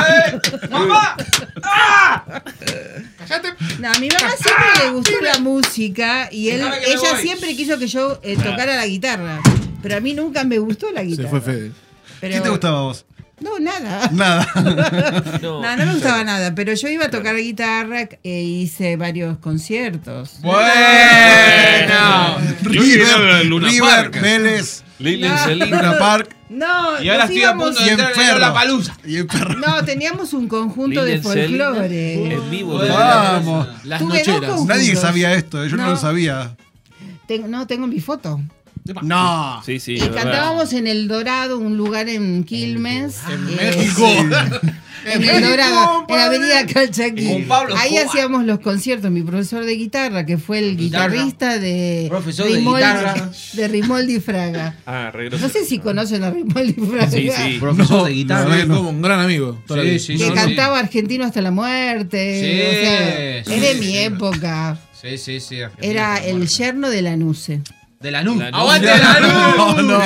¡Mamá!
No, a mi mamá siempre le gustó la música y él,
Déjame que me
ella
voy.
siempre quiso que yo eh, tocara la guitarra. Pero a mí nunca me gustó la
Se
guitarra.
fue Fede.
Pero-
¿Qué te gustaba a vos?
No, nada.
Nada.
No, no me gustaba nada, pero yo iba a tocar guitarra e hice varios conciertos.
*laughs*
Bueno.
Yo quiero
River,
el Luna
River,
Park.
Vélez,
Ah,
Lilian
Luna Park.
No,
Y ahora
nos
estoy a punto
íbamos-
de entrar en la palusa.
Y en Perro.
No, teníamos un conjunto de folclore. Ah.
En vivo.
Vamos.
Las
Tuve dos
nocheras.
conjuntos.
Nadie sabía esto, eh, yo no,
No.
lo sabía.
Tengo- no, tengo mi foto.
No.
Sí, sí.
Y
es verdad.
cantábamos en El Dorado, un lugar en Quilmes. eh,
México.
En El Dorado, en la Avenida Calchaquí.
Con Pablo
Ahí
Escobar.
hacíamos los conciertos. Mi profesor de guitarra, que fue el
Guitarra.
guitarrista de
Profesor de
Rimoldi-
guitarra.
de Rimoldi Fraga.
Ah, re
No
grosero.
sé si conocen a Rimoldi Fraga.
Sí, sí.
Profesor de
La
guitarra.
verdad que como un gran amigo. toda la vida.
Sí,
Que
sí, sí.
cantaba argentino hasta la muerte.
Sí,
o sea,
sí,
era de
sí.
mi época.
Sí, sí, sí. Argentina
Era
está
el
muerta.
yerno de Lanuse.
De la NU.
Lanús.
¡Aguante
*laughs*
la
No,
NU!
no.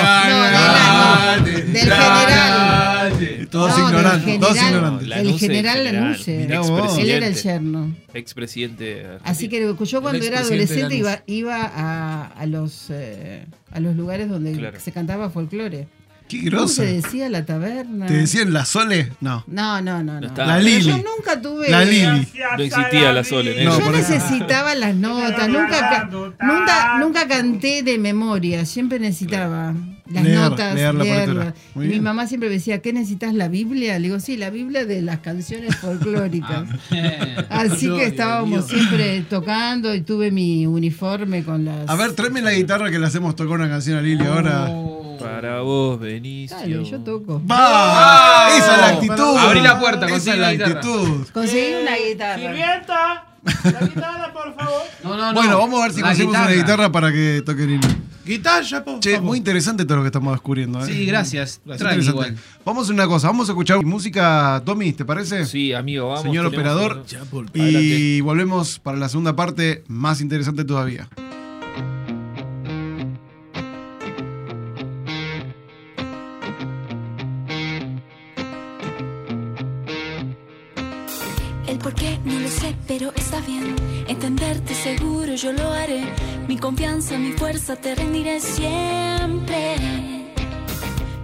No, de Lanús. Del general.
Todos
No, del
ignorantes, todos
general.
ignorantes.
El general Lanuse.
Mirá
vos.
vos.
Él era el yerno.
Expresidente. argentino.
Así que yo cuando era
expresidente
adolescente
de
iba, iba a, a los, eh, a los lugares donde
Claro.
se cantaba folclore.
Qué
¿Cómo
groso.
se decía la taberna?
¿Te decían la Sole? No.
No, no, no. no.
estaba.
La
Pero Yo
Lili.
nunca tuve.
La Lili.
No existía la Sole.
No,
negro.
yo
por eso.
necesitaba las notas, nunca, ca- nunca, nunca canté de memoria, siempre necesitaba las
Leer,
notas,
leer la
leerlas.
partitura. Muy
Y Mi
bien.
mamá siempre me decía, ¿qué necesitas la Biblia? Le digo, sí, la Biblia de las canciones folclóricas. Así que estábamos siempre tocando y tuve mi uniforme con las...
A ver, tráeme la guitarra que le hacemos tocar una canción a Lili ahora.
Para vos, Benicio.
Dale, yo toco.
¡Va!
¡Vamos!
Esa es la actitud.
Abrí la puerta, conseguí
Esa es la
la guitarra.
actitud.
Conseguí
Eh,
una guitarra.
No, no, no.
Bueno, vamos a ver si
La
conseguimos una guitarra para que toque Lili.
Guitarra, po.
Che,
Vamos.
muy interesante todo lo que estamos descubriendo. ¿eh?
Sí, gracias.
Es
Trae
interesante.
igual.
Vamos a una cosa, vamos a escuchar música, Tommy, ¿te parece?
Sí, amigo, vamos.
Señor
tenemos
operador.
uno.
Ya, por-
Y volvemos para la segunda parte, más interesante todavía.
El por qué no lo sé, pero está bien. Entenderte seguro yo lo haré. Mi confianza, mi fuerza te rendiré siempre.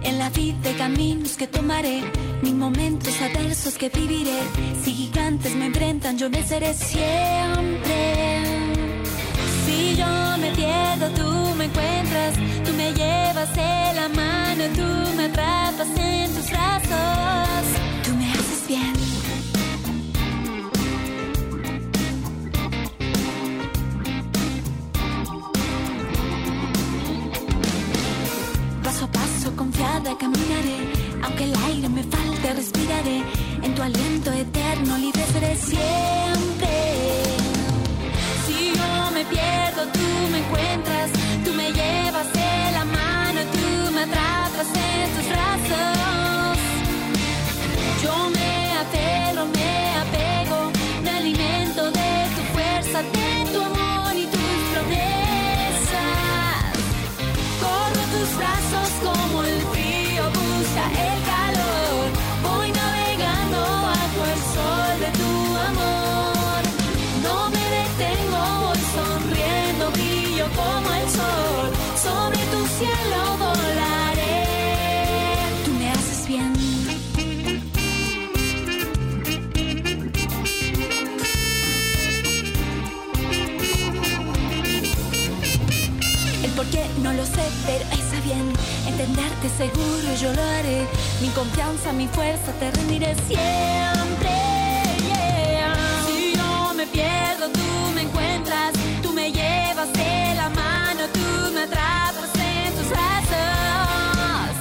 En la vida hay caminos que tomaré, mis momentos adversos que viviré. Si gigantes me enfrentan, yo venceré siempre. Si yo me pierdo, tú me encuentras, tú me llevas de la mano, tú me atrapas en tus brazos. Tú me haces bien. Paso a paso, confiada caminaré. Aunque el aire me falte, respiraré. En tu aliento eterno, libre seré siempre. Si yo me pierdo, tú me encuentras. Tú me llevas de la mano, tú me atrapas en tus brazos. Yo me aferro, me apego. Me alimento de tu fuerza, de tu amor y tus promesas. Corro tus brazos como el frío busca el calor. Voy navegando bajo el sol de tu amor. No me detengo, voy sonriendo, brillo como el sol. Sobre tu cielo volaré. Tú me haces bien. El por qué no lo sé, pero está bien. Entenderte Entenderte seguro yo lo haré. Mi confianza, mi fuerza te rendiré siempre. yeah. Si yo me pierdo, tú me encuentras. Tú me llevas de la mano, tú me atrapas en tus brazos.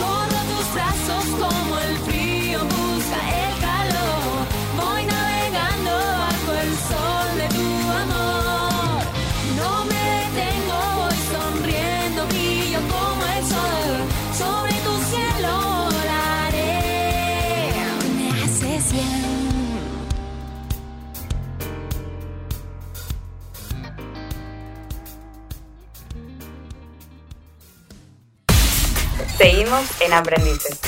Corro tus brazos como el frío busca el calor. Voy navegando bajo el sol de tu amor. No me detengo, voy sonriendo, brillo como el sol. Sobre tu cielo volaré. Me haces bien.
Seguimos en Aprendices.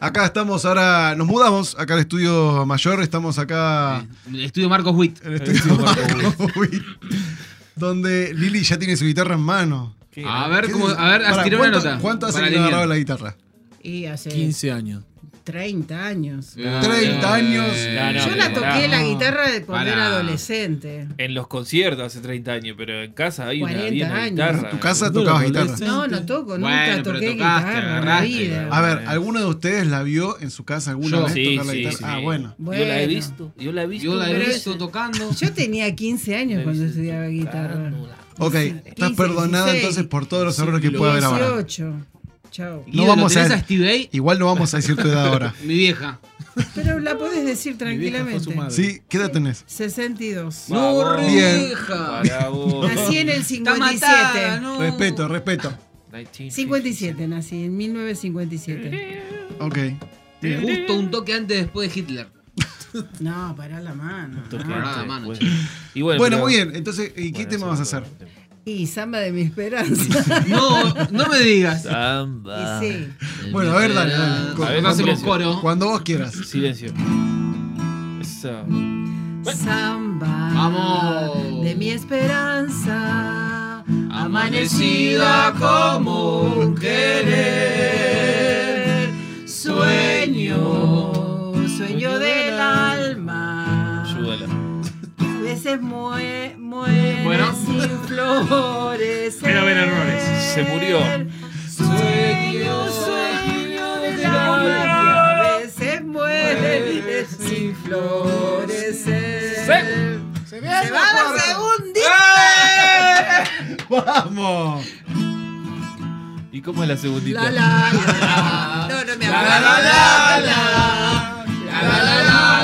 Acá estamos, ahora nos mudamos acá al estudio mayor, estamos acá.
El estudio Marcos Witt.
El estudio *laughs* Marcos Witt. Donde Lili ya tiene su guitarra en mano.
A ver,
¿Qué
cómo-
dice?
a ver,
Pará,
tirá una
¿cuánto-
nota
¿Cuánto hace
para
que no
alinear.
agarraba la guitarra?
Y hace
15 años.
30 años.
Eh,
30 años.
No, no,
Yo la
pero
toqué
pará.
la guitarra de cuando
Pará.
era adolescente.
*laughs* En los conciertos hace 30 años, pero en casa hay una,
40
había una
años.
guitarra.
¿Tu casa tocabas guitarra?
No, no toco,
Bueno,
nunca
pero
toqué
tocaste,
guitarra en la
agarraste,
vida.
A ver, ¿alguno de ustedes la vio en su casa alguna
Yo.
vez
Sí,
tocar la
sí,
guitarra?
sí.
Ah, bueno.
Yo la he
Bueno.
visto, yo la he visto.
Yo la he
Pero
visto tocando.
Yo tenía 15 años cuando estudiaba guitarra.
Ok, estás
15,
perdonada
16,
entonces por todos los errores que pueda haber ahora.
18. Chao.
No vamos a, Igual no vamos a decir tu edad
*laughs*
ahora.
Mi vieja.
Pero la podés decir tranquilamente.
¿Sí? ¿Qué edad tenés?
62.
No, Bien.
vieja.
Pará, vos.
Nací en el
Está
57.
matada, no.
Respeto, respeto.
57 nací, en 1957.
Ok.
Justo un toque antes después de Hitler.
No, pará la mano.
Pará la mano,
bueno.
che.
Y
Ah, Bueno,
bueno, pero-
muy bien. Entonces, ¿y qué tema vas a hacer?
Y samba de mi *laughs* esperanza.
No, no
*laughs*
me digas.
Samba.
Y sí.
Bueno, a ver, dale, dale.
A
Cu-
ver,
cuando-
hacemos coro.
Cuando vos quieras.
Silencio. Eso.
Samba
Vamos.
de mi esperanza.
Amanecida como un
querer. Sueño, sueño del alma.
Ayúdala.
A veces mue muere
Bueno.
sin flores.
Mira, ver errores. Se murió.
Sueño, sueño del alma que a veces muere sin florecer.
Se
¡Se va la
¡Eh!
segundita!
¡Vamos!
¿Y cómo es la segundita?
La la la. No, no me acuerdo.
La, la, la,
La, la, la,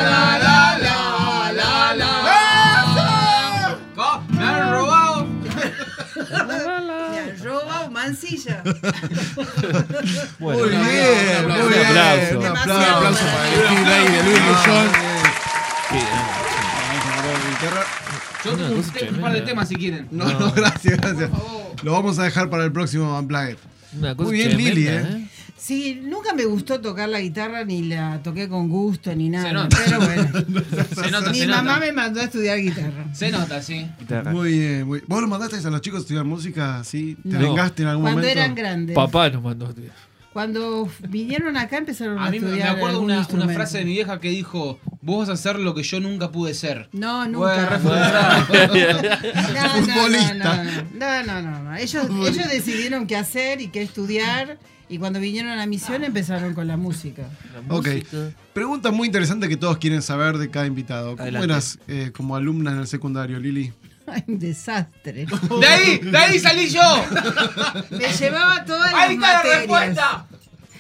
la, la, la, la, la.
Co- Me han robado.
Me han robado mancilla.
Bueno,
muy
un
bien,
aplauso, un
muy bien.
aplauso.
Un
Un aplauso.
aplauso, un aplauso para el Gil ahí de Luis Millón. Guitarra.
Yo tengo un, te- un par de temas si quieren.
*laughs*
No, no, gracias, gracias. Lo vamos a dejar para el próximo Unplugged.
Una cosa
Muy bien,
tremenda,
Lili, ¿eh?
¿eh?
Sí, nunca me gustó tocar la guitarra, ni la toqué con gusto, ni
Se
nada.
nota.
Pero bueno.
*laughs* Se nota,
Mi
se
mamá
nota.
me mandó a estudiar guitarra.
Se nota, sí.
Muy bien, muy ¿Vos lo mandaste a los chicos a estudiar música? ¿Sí? ¿Te
No.
vengaste en algún
Cuando
momento?
eran grandes.
Papá nos mandó. tío.
Cuando vinieron acá empezaron a,
A mí me- me
estudiar
acuerdo
algún
una, una
instrumento.
frase de mi vieja que dijo: Vos vas a hacer lo que yo nunca pude
*laughs*
ser.
No,
Bueno,
nunca.
re
*laughs*
frustrado.
No, no, no,
Futbolista.
no, no, no, no, no. Ellos, ellos decidieron qué hacer y qué estudiar y cuando vinieron a misión empezaron con la música. *laughs*
Ok. Pregunta muy interesante que todos quieren saber de cada invitado. ¿Cómo
Adelante.
eras eh, como alumna en el secundario, Lili?
Ay, un desastre.
De ahí, de ahí salí
*laughs*
yo.
Me llevaba todas las
Ahí está la
materias.
respuesta.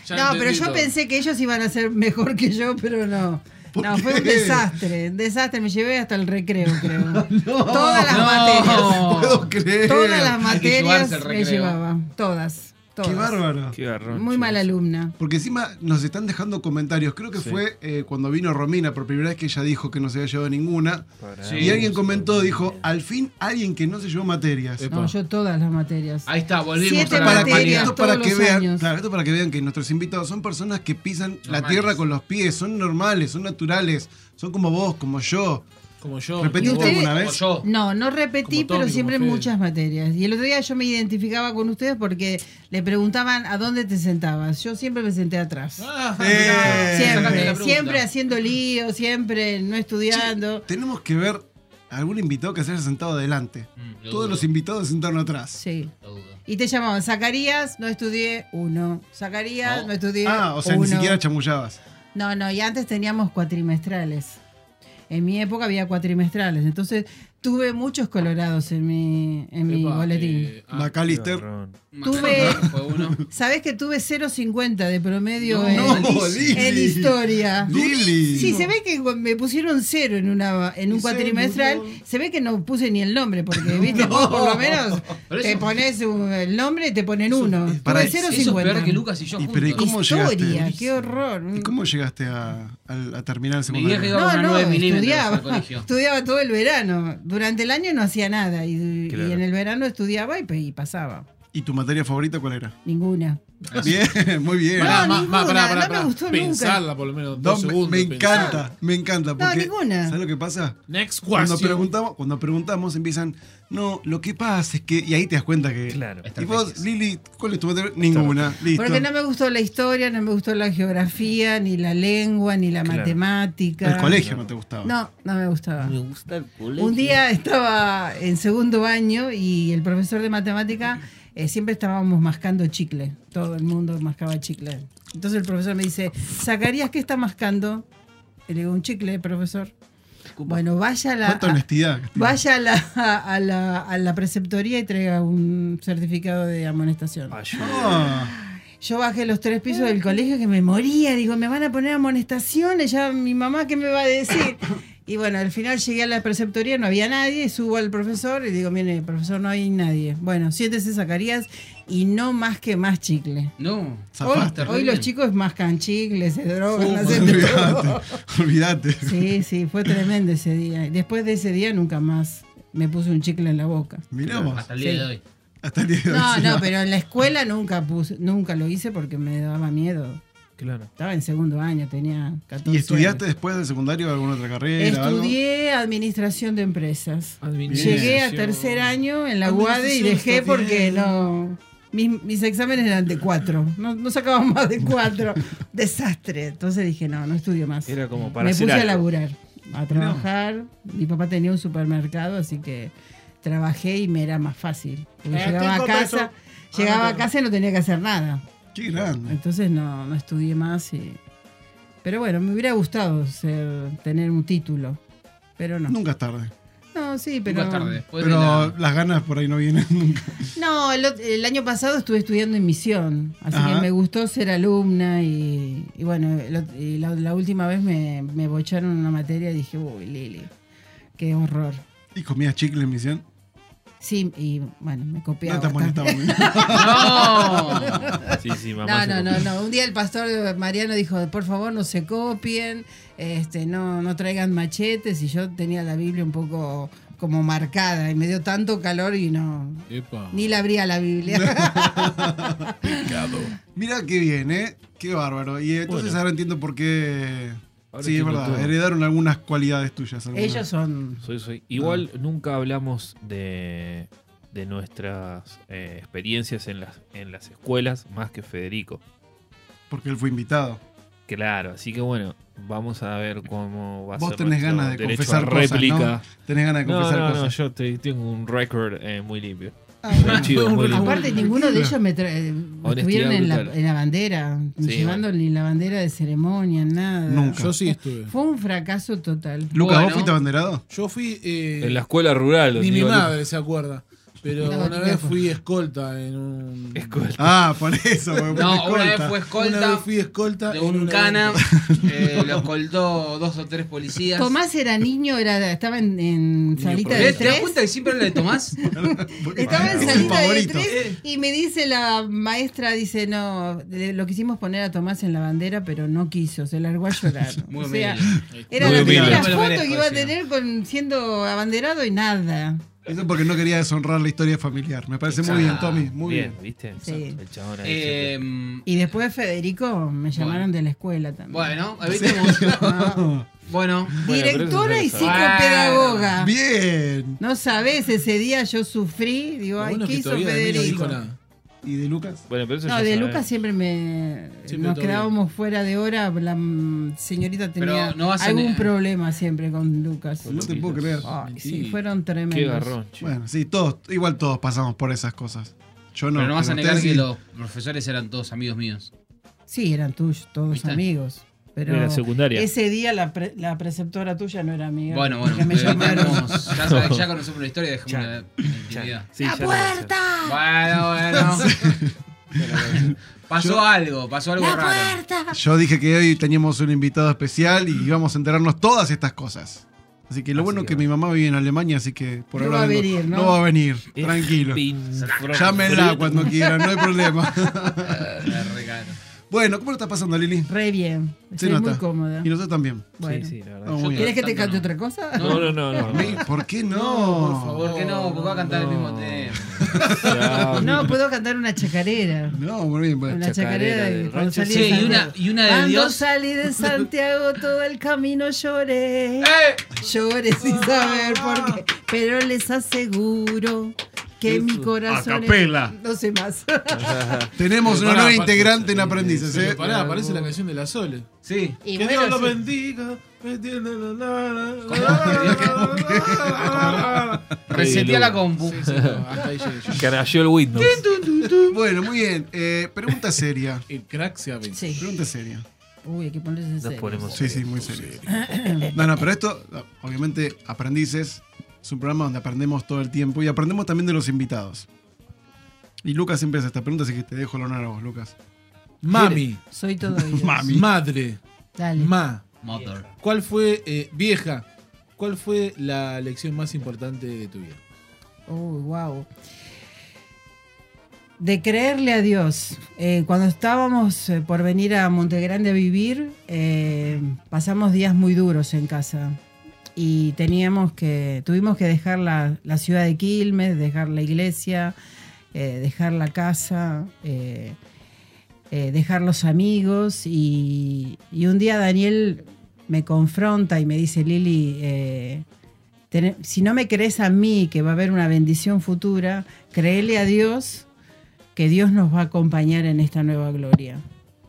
Ya
No, pero
entendí
yo
todo.
pensé que ellos iban a ser mejor que yo, pero no.
¿Por
No, fue un
qué?
desastre, un desastre. Me llevé hasta el recreo,
*laughs*
creo. Todas las
No. *laughs*
materias.
*laughs* Puedo creer.
Todas las
Hay que llevarse
materias
el
me
recreo.
llevaba. Todas. todas.
Qué bárbaro.
Qué garrón.
Muy mala alumna.
Porque encima nos están dejando comentarios. Creo que
Sí.
fue eh, cuando vino Romina por primera vez que ella dijo que no se había llevado ninguna.
Pará.
Sí.
y alguien comentó, dijo, al fin alguien que no se llevó materias.
No, yo todas las materias.
Ahí está, volvimos
Siete
a la
para que,
materias,
compañía.
esto para
todos
que
los
vean,
años.
claro, esto para que vean que nuestros invitados son personas que pisan la
Normales.
tierra con los pies, son normales, son naturales, son como vos, como yo.
Como yo.
¿Repetiste
como vos.
alguna
Como
vez?
yo.
No, no repetí,
Como Tommy,
pero siempre en
como Fede.
muchas materias. Y el otro día yo me identificaba con ustedes porque le preguntaban a dónde te sentabas. Yo siempre me senté atrás.
Ah, sacaste la
siempre,
pregunta.
siempre haciendo lío, siempre no estudiando.
Tenemos que ver algún invitado que se haya sentado adelante.
lo
Todos
dudo.
los invitados se sentaron atrás.
Sí. Y te llamaban, Zacarías, no estudié, uno. Zacarías, no, estudié,
Ah, o sea,
uno.
ni siquiera chamullabas.
No, no, y antes teníamos cuatrimestrales. En mi época había cuatrimestrales. Entonces tuve muchos colorados en mi, en mi boletín.
eh, Ah,
Macalister.
Tuve.
Fue
*laughs*
uno.
¿Sabés que tuve 0.50 de promedio
No,
en,
no,
en
Lili.
historia?
Lili.
Sí, se ve que me pusieron cero en una en un cuatrimestral. Se ve que no puse ni el nombre, porque,
*laughs*
viste,
No.
vos por lo menos
*laughs* Pero
te
eso-
pones un- el nombre y te ponen uno.
Pará,
Tuve 0.50.
Eso es peor que Lucas y yo
pero ¿y
juntos.
cómo
Historia,
llegaste?
qué horror.
¿Y cómo llegaste a, al- a terminar el segundo
vieja iba con una 9 milímetros al colegio.
*laughs* estudiaba todo el verano. Durante el año no hacía nada y, y
Claro.
en el verano estudiaba y, pe- y pasaba.
¿Y tu materia favorita cuál era?
Ninguna.
Bien, *laughs* muy bien.
Pará, No, ma- ma- pará, ninguna, pará, no me pará. gustó nunca.
Pensarla por lo menos
No,
dos
me-
segundos.
Me
pensar.
encanta, me encanta.
No,
Porque,
ninguna.
¿Sabes lo que pasa?
Next
Cuando
question.
preguntamos, cuando preguntamos empiezan, no, lo que pasa es que. Y ahí te das cuenta que. Claro. Y vos, Lili, ¿cuál es tu materia? Ninguna. Listo.
Porque no me gustó la historia, no me gustó la geografía, ni la lengua, ni la
Claro.
matemática.
El colegio no te gustaba.
No, no me gustaba.
Me gusta el colegio.
Un día estaba en segundo baño y el profesor de matemática eh, siempre estábamos mascando chicle. Todo el mundo mascaba chicle. Entonces el profesor me dice, ¿Zacarías qué está mascando? Y Le digo, un chicle, profesor. Bueno, vaya a la...
Cuánta
a-
honestidad.
Vaya a la, a, la, a la preceptoría y traiga un certificado de amonestación. Ah. Yo bajé los tres pisos del colegio que me moría. Digo, me van a poner amonestaciones. Ya mi mamá, ¿qué me va a decir?
*coughs*
Y bueno, al final llegué a la preceptoría, no había nadie. Subo al profesor y digo, mire, profesor, no hay nadie. Bueno, siéntese, Zacarías, y no más que más chicle.
No,
Hoy,
zafaste, re
hoy los
bien.
chicos mascan chicle, se drogan,
Fuman,
hacen de todo.
*laughs* Olvídate. Olvídate.
Sí, sí, fue tremendo ese día. Y Después de ese día nunca más me puse un chicle en la boca.
Mirá vos. Hasta
el día de hoy.
Hasta el día de hoy.
No,
sí,
no, pero en la escuela nunca puse, nunca lo hice porque me daba miedo.
Claro.
Estaba en segundo año, tenía 14
¿Y estudiaste
años.
después del secundario alguna otra carrera? algo?
Estudié administración de
Ah,
empresas.
Administración.
Llegué a tercer año en la UADE y
Administración
dejé
está
porque
bien.
no. Mis, mis exámenes eran de cuatro. No, no sacaba más de cuatro. Desastre. Entonces dije, no, no estudio más.
Era como para
Me
hacer
puse a
algo.
laburar, a trabajar. Mi papá tenía un supermercado, así que trabajé y me era más fácil. Porque
Eh,
llegaba a
cinco
casa,
pesos.
llegaba
Ah,
a
claro.
casa y no tenía que hacer nada.
Qué grande.
Entonces no, no estudié más y. Pero bueno, me hubiera gustado ser- tener un título. Pero no.
Nunca es tarde.
No, sí, pero.
es tarde. Después de
pero
la-
las ganas por ahí no vienen *laughs* nunca.
No, el, ot- el año pasado estuve estudiando en misión, así
Ajá.
que me gustó ser alumna y, y bueno, el ot- y la, la última vez me, me bocharon una materia y dije, uy, Lili, qué horror.
¿Y comías chicle en misión?
Sí, y bueno, me copiaba.
No te
bastante. *laughs*
molestaba,
¿no? Sí, sí, mamá
No,
se
no, no,
copió.
no. Un día el pastor Mariano dijo, por favor, no se copien, este, no, no traigan machetes. Y yo tenía la Biblia un poco como marcada y me dio tanto calor y no,
Epa.
ni la abría la Biblia.
Mira qué bien, ¿eh? Qué bárbaro. Y entonces
Bueno.
ahora entiendo por qué.
Ahora
sí, es
entiendo
verdad.
todo.
Heredaron algunas cualidades tuyas. algunas.
*laughs* Ellos son.
Soy, soy. Igual nunca hablamos de, de nuestras eh, experiencias en las, en las escuelas más que Federico.
Porque él fue invitado.
Claro, así que bueno, vamos a ver cómo va a
Vos
ser.
tenés
nuestro
ganas de
derecho
confesar
a
cosas,
réplica.
¿no? Tenés ganas de
No,
confesar
no, no,
cosas.
yo te- tengo un récord eh, muy limpio.
Ah,
Muy
bueno.
chido, muy limpio.
Aparte, ninguno de ellos me, tra- eh, me
Honestidad
estuvieron en la,
brutal.
en la bandera,
Sí,
llevando ni la bandera de ceremonia, nada.
Nunca.
Yo sí estuve.
Fue un fracaso total.
Lucas, ¿vos fuiste abanderado?
Yo fui. eh,
En la escuela rural, lo
Ni mi
digo,
madre se acuerda. Pero
No,
una
ni
vez
loco.
fui escolta en un.
Escolta.
Ah, por eso, porque fuiste
No, una vez
escolta.
fue escolta.
Una vez fui escolta.
De
en
un
una
cana.
venta.
eh, lo escoltó dos o tres policías.
Tomás era niño, era, estaba en, en salita de
¿Ves? Eh, ¿Te das
tres.
cuenta que siempre habla de Tomás?
*laughs*
Estaba en
Es el
salida de
favorito.
tres y me dice la maestra, dice, no, de- lo quisimos poner a Tomás en la bandera, pero no quiso, se largó a llorar.
Muy
o sea,
humilde.
era
Muy
la
humilde.
primera
Me lo
foto
merezco,
que iba a
decía.
tener con siendo abanderado y nada.
Eso porque no quería deshonrar la historia familiar. Me parece muy bien,
Exacto.
Tommy. Muy bien.
¿viste?
Sí.
El chabón ahí.
Eh,
Y después Federico me llamaron de la escuela también.
bueno, evitemos.
*laughs*
No,
Bueno.
Directora y psicopedagoga.
Ah, Bien.
No sabes, ese día yo sufrí, digo, ay, ¿qué hizo Federico?
¿Y de Lucas?
Bueno, pero eso
No,
ya
de
sabe.
Lucas siempre me nos
Siempre todo bien.
quedábamos fuera de hora, la mm, señorita
Pero
tenía
no vas a
algún
ne-
problema siempre con Lucas.
No te puedo creer.
Ay, sí, fueron tremendos.
Bueno, sí, todos, igual todos pasamos por esas cosas. Yo no.
pero no vas a negar
ustedes
que
sí.
los profesores eran todos amigos míos.
Sí, eran tuyos, todos amigos. Pero
Era secundaria.
Ese día la, pre- la preceptora tuya no era amiga.
Bueno, bueno,
porque me
eh,
llamaron.
tenemos- ya, sabes- ya conocemos la historia, dejemos la la intimidad.
¡La ya puerta!
Bueno, bueno. pasó algo, pasó algo raro.
Yo dije que hoy teníamos un invitado especial y íbamos a enterarnos todas estas cosas. Así que lo bueno que mi mamá vive en Alemania, así que por
No
ahora
va a
vengo-
venir, ¿no?
va a venir,
Es
tranquilo.
pin-
Llámenla cuando quieran, no hay problema. *laughs*
La regalo.
bueno, ¿cómo lo estás pasando, Lili?
Re bien. Estoy muy cómoda.
Y nosotros también.
Bueno. Sí,
sí, la verdad.
Estamos muy
¿Quieres
bien.
que te cante otra cosa?
No, no, no, no.
Mami, ¿Por qué no?
por
Oh,
favor. ¿Por qué no? Porque va a cantar el mismo tema.
No, puedo cantar una chacarera.
No, muy bien. pues, bueno.
Una chacarera de cuando salí de
Sí, y una,
Santiago.
y una de
Cuando
Dios.
salí
*laughs*
de Santiago todo el camino lloré.
¡Eh!
Lloré
Ah.
sin saber por qué. Pero les aseguro que mi corazón.
Acapela.
No sé más.
Tenemos
Pero
una
pará,
nueva
pará,
integrante en Aprendices,
Pero
¿eh?
Pará, parece la canción de la Sole.
Sí.
Que
Y
Dios
bueno,
lo
sí.
bendiga. me tiene la- la- la-
Resetea la compu.
Sí, sí, no, hasta ahí llegué yo.
Carayó el Windows.
Bueno, muy bien. Eh, pregunta seria.
El crack se abre.
Pregunta seria.
Uy, hay que ponerse en serio.
Sí, sí, muy serio. No, no, pero esto, obviamente, aprendices. Es un programa donde aprendemos todo el tiempo y aprendemos también de los invitados. Y Lucas siempre hace esta pregunta, así que te dejo el honor a vos, Lucas.
Mami.
Soy todo oídos.
Mami.
Madre.
Dale.
Ma.
Mother.
¿Cuál fue, eh, vieja, cuál fue la lección más importante de tu vida?
Uy, wow. De creerle a Dios. Eh, cuando estábamos eh, por venir a Montegrande a vivir, eh, pasamos días muy duros en casa. Y teníamos que, tuvimos que dejar la, la ciudad de Quilmes, dejar la iglesia, eh, dejar la casa, eh, eh, dejar los amigos. Y, y un día Daniel me confronta y me dice, Lili, eh, Tené- si no me crees a mí que va a haber una bendición futura, créele a Dios que Dios nos va a acompañar en esta nueva gloria.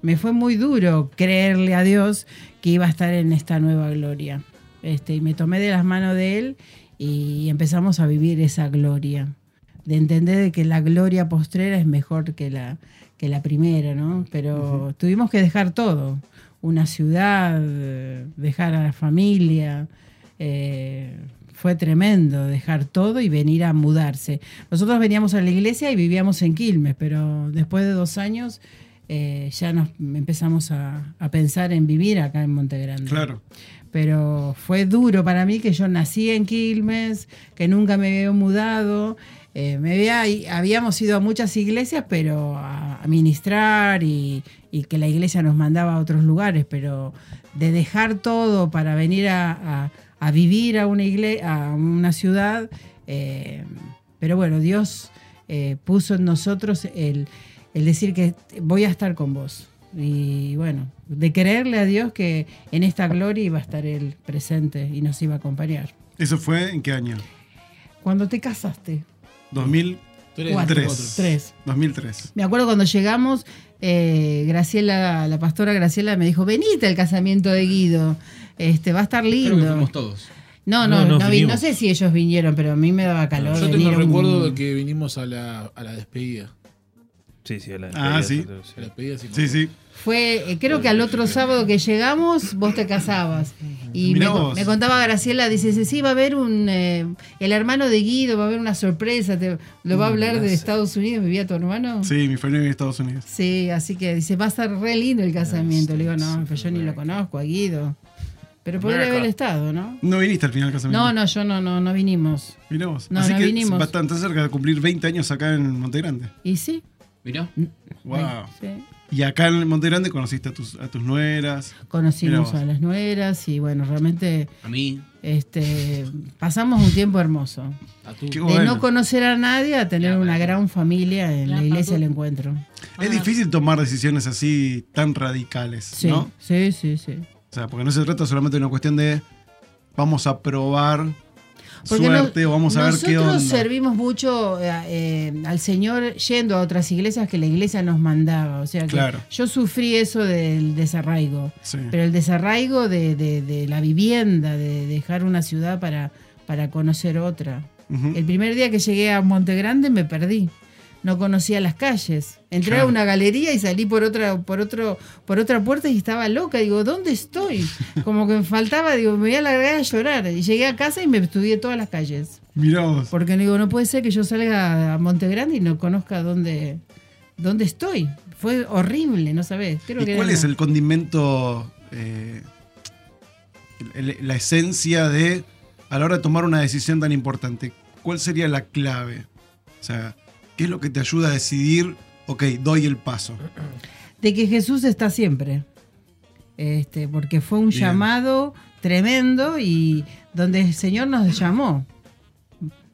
Me fue muy duro creerle a Dios que iba a estar en esta nueva gloria. Este, y me tomé de las manos de Él y empezamos a vivir esa gloria. De entender de que la gloria postrera es mejor que la, que la primera, ¿no? Pero tuvimos que dejar todo. Una ciudad, eh, dejar a la familia, eh, fue tremendo dejar todo y venir a mudarse. Nosotros veníamos a la iglesia y vivíamos en Quilmes, pero después de dos años eh, ya nos empezamos a, a pensar en vivir acá en Montegrande.
Claro.
Pero fue duro para mí que yo nací en Quilmes, que nunca me había mudado. Eh, me había, y habíamos ido a muchas iglesias, pero a, a ministrar y, y que la iglesia nos mandaba a otros lugares, pero de dejar todo para venir a, a- a vivir a una, igle- a una ciudad. eh, pero bueno, Dios eh, puso en nosotros el, el decir que voy a estar con vos. Y bueno, de creerle a Dios que en esta gloria iba a estar Él presente y nos iba a acompañar.
¿Eso fue en qué año?
Cuando te casaste.
2003.
Cuatro. Tres.
2003.
Me acuerdo cuando llegamos, eh, Graciela, la pastora Graciela me dijo, venite al casamiento de Guido, este va a estar lindo.
Creo que fuimos todos.
No, no,
No,
no,
no,
vi-
vinimos.
no sé si ellos vinieron, pero a mí me daba calor.
Yo tengo
venir
el
a un-
recuerdo de que vinimos a la, a la despedida.
Sí, sí, a la
Ah, sí.
A la despedida, sí.
Sí, sí.
Fue, eh, creo que al otro sábado que llegamos, vos te casabas. Y me,
Mirá vos.
me contaba Graciela, dice, sí, sí, va a haber un... eh, el hermano de Guido, va a haber una sorpresa, te- lo va a hablar de Estados Unidos, vivía tu hermano.
Mm, Sí, mi familia vive en Estados Unidos.
Sí, así que dice, va a estar re lindo el casamiento. Le digo, no, pero yo ni lo conozco a Guido. Pero podría
America.
haber estado, ¿no?
No viniste al final del casamiento.
No, no, yo no, no, no vinimos.
Mirá vos.
No,
Así
no
que
vinimos.
bastante cerca de cumplir 20 años acá en Monte Grande.
¿Y sí?
Mirá.
Wow.
Sí.
Y acá en Monte Grande conociste a tus, a tus nueras.
Conocimos
Mirá
a
vos.
las nueras y bueno, realmente
A mí.
este, pasamos un tiempo hermoso.
A tu.
Qué
De
bueno.
no conocer a nadie a tener una gran familia en la iglesia del encuentro.
Es difícil tomar decisiones así tan radicales,
Sí,
¿no?
sí, sí, sí.
O sea, porque no se trata solamente de una cuestión de vamos a probar
Porque
suerte
no-
o vamos a ver qué onda.
Nosotros servimos mucho eh, eh, al Señor yendo a otras iglesias que la iglesia nos mandaba. O sea, que
Claro.
yo sufrí eso del desarraigo.
Sí.
Pero el desarraigo de, de- de la vivienda, de dejar una ciudad para, para conocer otra.
Ujú.
El primer día que llegué a Monte Grande me perdí. No conocía las calles. Entré
Claro.
a una galería y salí por otra, por otro, por otra puerta y estaba loca. Digo, ¿dónde
*laughs*
estoy? Como que me faltaba, digo, me voy a largar a llorar. Y llegué a casa y me estudié todas las calles.
Mirá vos.
Porque digo, no puede ser que yo salga a Monte Grande y no conozca dónde, dónde estoy. Fue horrible, no sabes. Creo que
¿Y
era
cuál
una-
es el condimento, eh, el- el- la esencia de, a la hora de tomar una decisión tan importante, cuál sería la clave? O sea, ¿qué es lo que te ayuda a decidir, ok, doy el paso?
de que Jesús está siempre. Este, porque fue un
Bien.
llamado tremendo y donde el Señor nos llamó.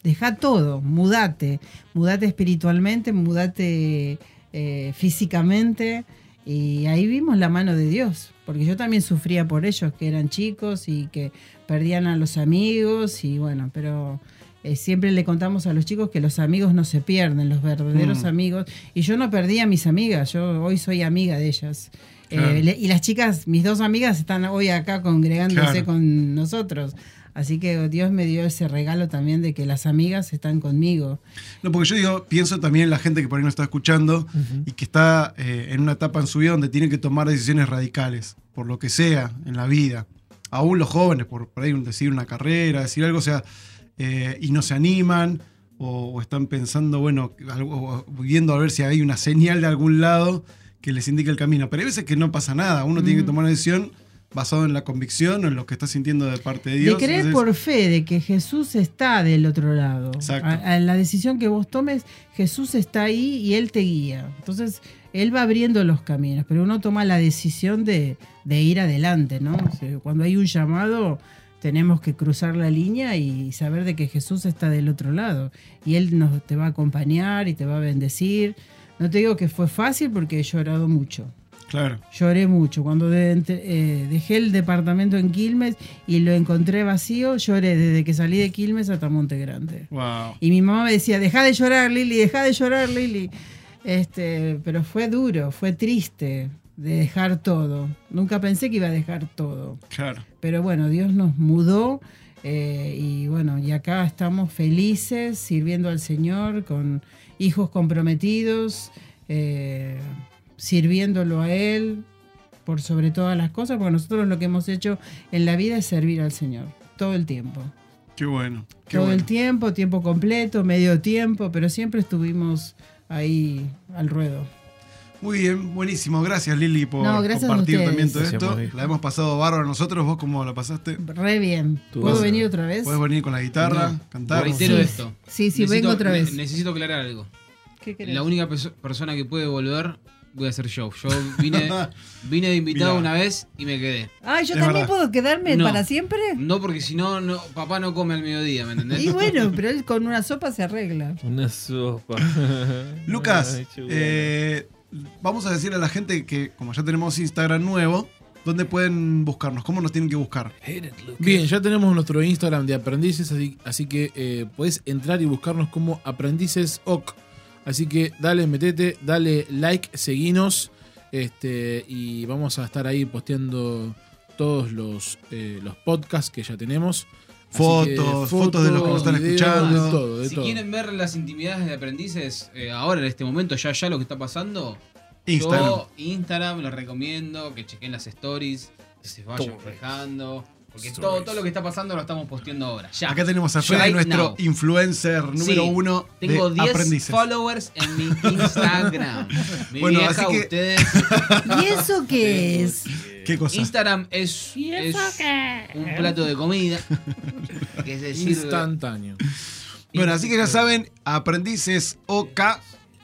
Deja todo, mudate, mudate espiritualmente, mudate eh, físicamente. Y ahí vimos la mano de Dios, porque yo también sufría por ellos, que eran chicos y que perdían a los amigos y bueno, pero eh, siempre le contamos a los chicos que los amigos no se pierden, los verdaderos
Mm.
amigos. Y yo no perdí a mis amigas, yo hoy soy amiga de ellas. Eh,
Claro.
le- y las chicas, mis dos amigas, están hoy acá congregándose
Claro.
con nosotros. Así que Dios me dio ese regalo también de que las amigas están conmigo.
No, porque yo digo, pienso también en la gente que por ahí nos está escuchando y que está eh, en una etapa en su vida donde tiene que tomar decisiones radicales, por lo que sea, en la vida. Aún los jóvenes, por, por ahí un- decidir una carrera, decir algo, o sea, eh, y no se animan, o, o están pensando, bueno, algo, o viendo a ver si hay una señal de algún lado que les indique el camino. Pero hay veces que no pasa nada, uno tiene que
Mm.
tomar una decisión basado en la convicción o en lo que está sintiendo de parte de Dios.
de creer
Entonces,
por fe de que Jesús está del otro lado.
Exacto.
A- a la decisión que vos tomes, Jesús está ahí y Él te guía. Entonces, Él va abriendo los caminos, pero uno toma la decisión de, de ir adelante, ¿no? O sea, cuando hay un llamado, tenemos que cruzar la línea y saber de que Jesús está del otro lado. Y Él nos, te va a acompañar y te va a bendecir. No te digo que fue fácil porque he llorado mucho.
Claro.
Lloré mucho. Cuando de- entre- eh, dejé el departamento en Quilmes y lo encontré vacío, lloré desde que salí de Quilmes hasta Monte Grande.
Wow.
Y mi mamá me decía, deja de llorar, Lili, deja de llorar, Lili. Este, pero fue duro, fue triste de dejar todo. Nunca pensé que iba a dejar todo.
Claro.
Pero bueno, Dios nos mudó eh, y bueno, y acá estamos felices sirviendo al Señor con hijos comprometidos, eh, sirviéndolo a Él por sobre todas las cosas, porque nosotros lo que hemos hecho en la vida es servir al Señor todo el tiempo.
Qué bueno. Qué
Todo
bueno.
el tiempo, tiempo completo, medio tiempo, pero siempre estuvimos ahí al ruedo.
Muy bien, buenísimo. Gracias Lili por
No, gracias a
compartir
ustedes.
también todo
Gracias,
esto.
Mavi.
La hemos pasado bárbaro nosotros. ¿Vos cómo la pasaste?
Re bien. ¿Puedo venir otra vez?
Puedes venir con la guitarra,
No,
cantar.
Reitero esto.
sí, sí,
Necesito-
vengo otra
ne-
vez.
Necesito aclarar algo.
¿Qué querés?
La única perso- persona que puede volver voy a ser yo. Yo vine, vine de invitado
Mirá.
una vez y me quedé.
Ah, yo también puedo quedarme
No.
para siempre.
No, porque si no, no, papá no come al mediodía, ¿me
*laughs*
entendés?
Y bueno, pero él con una sopa se arregla.
Una sopa.
*laughs* Lucas,
Ay, qué bueno.
eh, vamos a decirle a la gente que como ya tenemos Instagram nuevo, ¿dónde pueden buscarnos? ¿Cómo nos tienen que buscar?
Bien, ya tenemos nuestro Instagram de aprendices, así, así que eh, podés entrar y buscarnos como aprendices ok. Así que dale, metete, dale like, seguinos. Este, y vamos a estar ahí posteando todos los, eh, los podcasts que ya tenemos. Así que
Fotos, fotos de los que nos están
videos,
escuchando.
De todo, de
si
todo.
quieren ver las intimidades de aprendices, eh, ahora en este momento, ya ya lo que está pasando,
Instagram.
yo Instagram lo recomiendo, que chequen las stories, que se vayan
Stories.
fijando. Porque todo, todo lo que está pasando lo estamos posteando ahora. Ya.
Acá tenemos a Fede,
Right
nuestro
now.
influencer número
Sí,
uno
Tengo
de
10
aprendices.
followers en
*laughs*
mi Instagram. Mi
Bueno,
vieja,
así que-
ustedes.
*laughs*
¿Y eso qué es?
¿Qué cosa?
Instagram es, es un plato de
*laughs*
comida. Que se sirve-
Instantáneo.
Bueno, así que ya saben, aprendices OK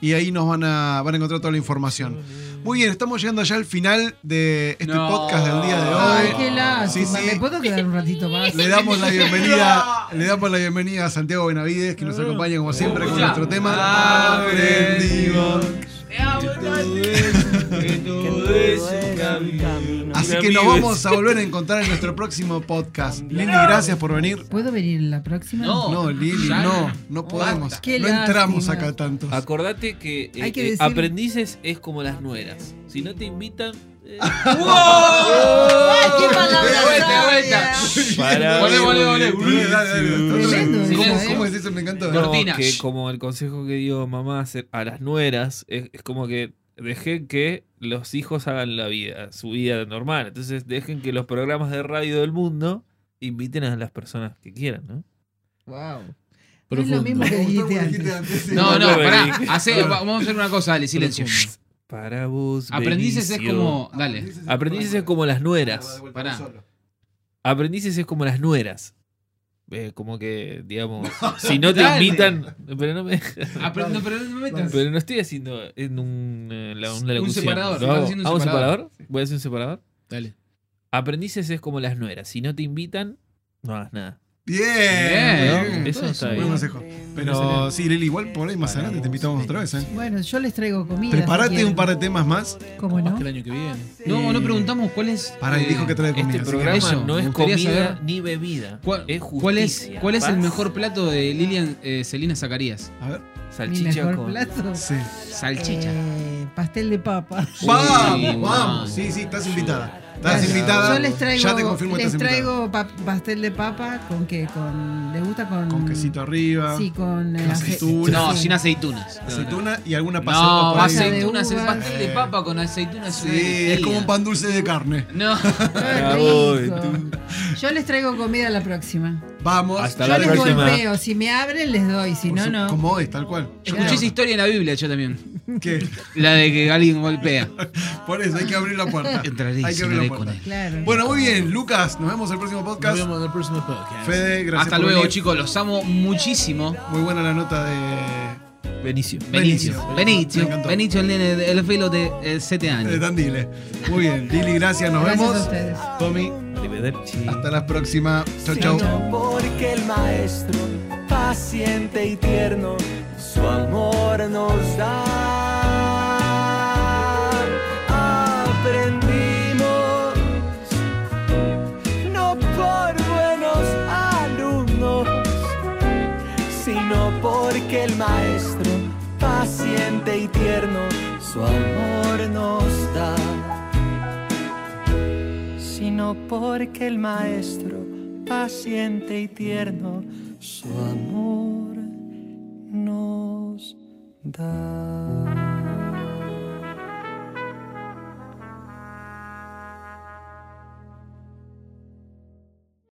y ahí nos van a, van a encontrar toda la información. Muy bien, estamos llegando ya al final de este podcast del día de hoy.
Ay, qué lástima.
Sí, sí.
¿Me puedo quedar un ratito más?
Le damos
*laughs*
la bienvenida, le damos la bienvenida a Santiago Benavides que nos acompaña como siempre con nuestro tema. Aprendimos. *laughs*
Que tú
es un camino. Así que nos vamos a volver a encontrar en nuestro próximo podcast. Lili, gracias por venir.
¿Puedo venir la próxima?
No, Lili,
ya.
no, no podemos.
Qué
no entramos
lástima.
acá tanto.
Acordate Pues, que eh,
Hay que
eh,
decir-
aprendices es como las nueras. Si no te invitan. eh,
¡Qué
palabra
Vuelta, vuelta.
Para
Volé, volé, volé.
vivir.
Dale, dale, dale. Tremendo, ¿eh?
¿Cómo,
Silencio.
¿Cómo es eso? Me encantó.
*laughs* No,
Cortina.
que como el consejo que dio mamá hace- a las nueras, es, es como que dejen que los hijos hagan la vida, su vida normal. Entonces dejen que los programas de radio del mundo inviten a las personas que quieran, ¿no?
Wow. No es
Profundo.
lo mismo que dijiste
dijiste
antes.
No, no,
Bueno,
pará.
Eric.
Hacé-
Bueno.
va- vamos a hacer una cosa, dale, silencio.
Profundo. *laughs* Para vos.
Aprendices es
Benicio.
como. Dale.
Aprendices es como las nueras.
Pará.
Aprendices es como las nueras. Eh, como que,
*laughs*
digamos, si no te
Dale.
invitan. Pero no me.
Apre- no, pero no me metas.
Pero no estoy haciendo en un, eh, la- una
Un
locución.
separador,
¿Lo
estás
hago?
haciendo un
¿Hago un
separador.
separador? ¿Voy a hacer un separador? Dale. Aprendices es como las nueras. Si no te invitan, no hagas nada.
Bien.
Eh,
¿No? Eso está
Buen
bien.
consejo. Pero sí, Lili, igual por ahí más adelante te invitamos otra vez. ¿eh?
Bueno, yo les traigo comida.
Preparate
si
un par de
quieren.
temas más.
¿Cómo no?
el año que viene.
No, no preguntamos cuál es.
Para
eh,
el hijo que trae comida.
Este
así que
programa
eso,
no
me
es
gustaría
comida
saber-
ni bebida.
¿Cuál,
es
cuál es,
justicia,
cuál es el
paz.
mejor plato de Lilian eh, Celina Zacarías?
A ver.
Mi
Salchicha
mejor
con.
plato.
Sí.
Salchicha.
Eh, pastel de papa.
Vamos,
vamos.
vamos. Sí, sí, estás invitada. Estás
Bueno,
invitada.
Yo les traigo,
ya te confirmo que
les
estás invitada.
traigo pa- pastel de papa con que con les gusta con
Con quesito arriba.
Sí, con eh, ace-
aceituna.
No, sin aceitunas.
Aceituna y alguna pasada.
No,
por ahí.
aceitunas.
de
El
uva.
pastel de papa con aceitunas. es una
Sí, es
delicia.
como un pan dulce de carne.
No.
Ah,
voy,
rico. Yo les traigo comida la próxima.
Vamos.
Hasta
Yo
la
les
próxima.
golpeo, si me abren les doy, si
Por
no
su-
no.
Como hoy, tal cual.
Escuché esa historia en la Biblia yo también.
¿Qué?
La de que alguien golpea.
Por eso hay que abrir la puerta.
Entraré y
hay que
cenaré
abrir la
con
puerta.
él.
Claro.
Bueno, muy bien, Lucas. Nos vemos en el próximo
Nos
podcast.
vemos en el próximo podcast.
Fede, gracias.
Hasta
por
luego,
venir.
chicos. Los amo muchísimo.
Muy buena la nota de,
Benicio.
Benicio.
Benicio.
Benicio.
Me encantó.
Benicio, el nene, de- el filo de 7
de
años.
Tandile. Muy bien, Lili, gracias. Nos
Gracias a
vemos.
ustedes.
Tommy,
Arrivederci.
hasta la próxima. Chau,
Sino
chau.
Porque el maestro, paciente y tierno, su amor nos da. Aprendimos, no por buenos alumnos, sino porque el maestro, paciente y tierno, su amor nos da. Sino porque el maestro, paciente y tierno, su amor nos da.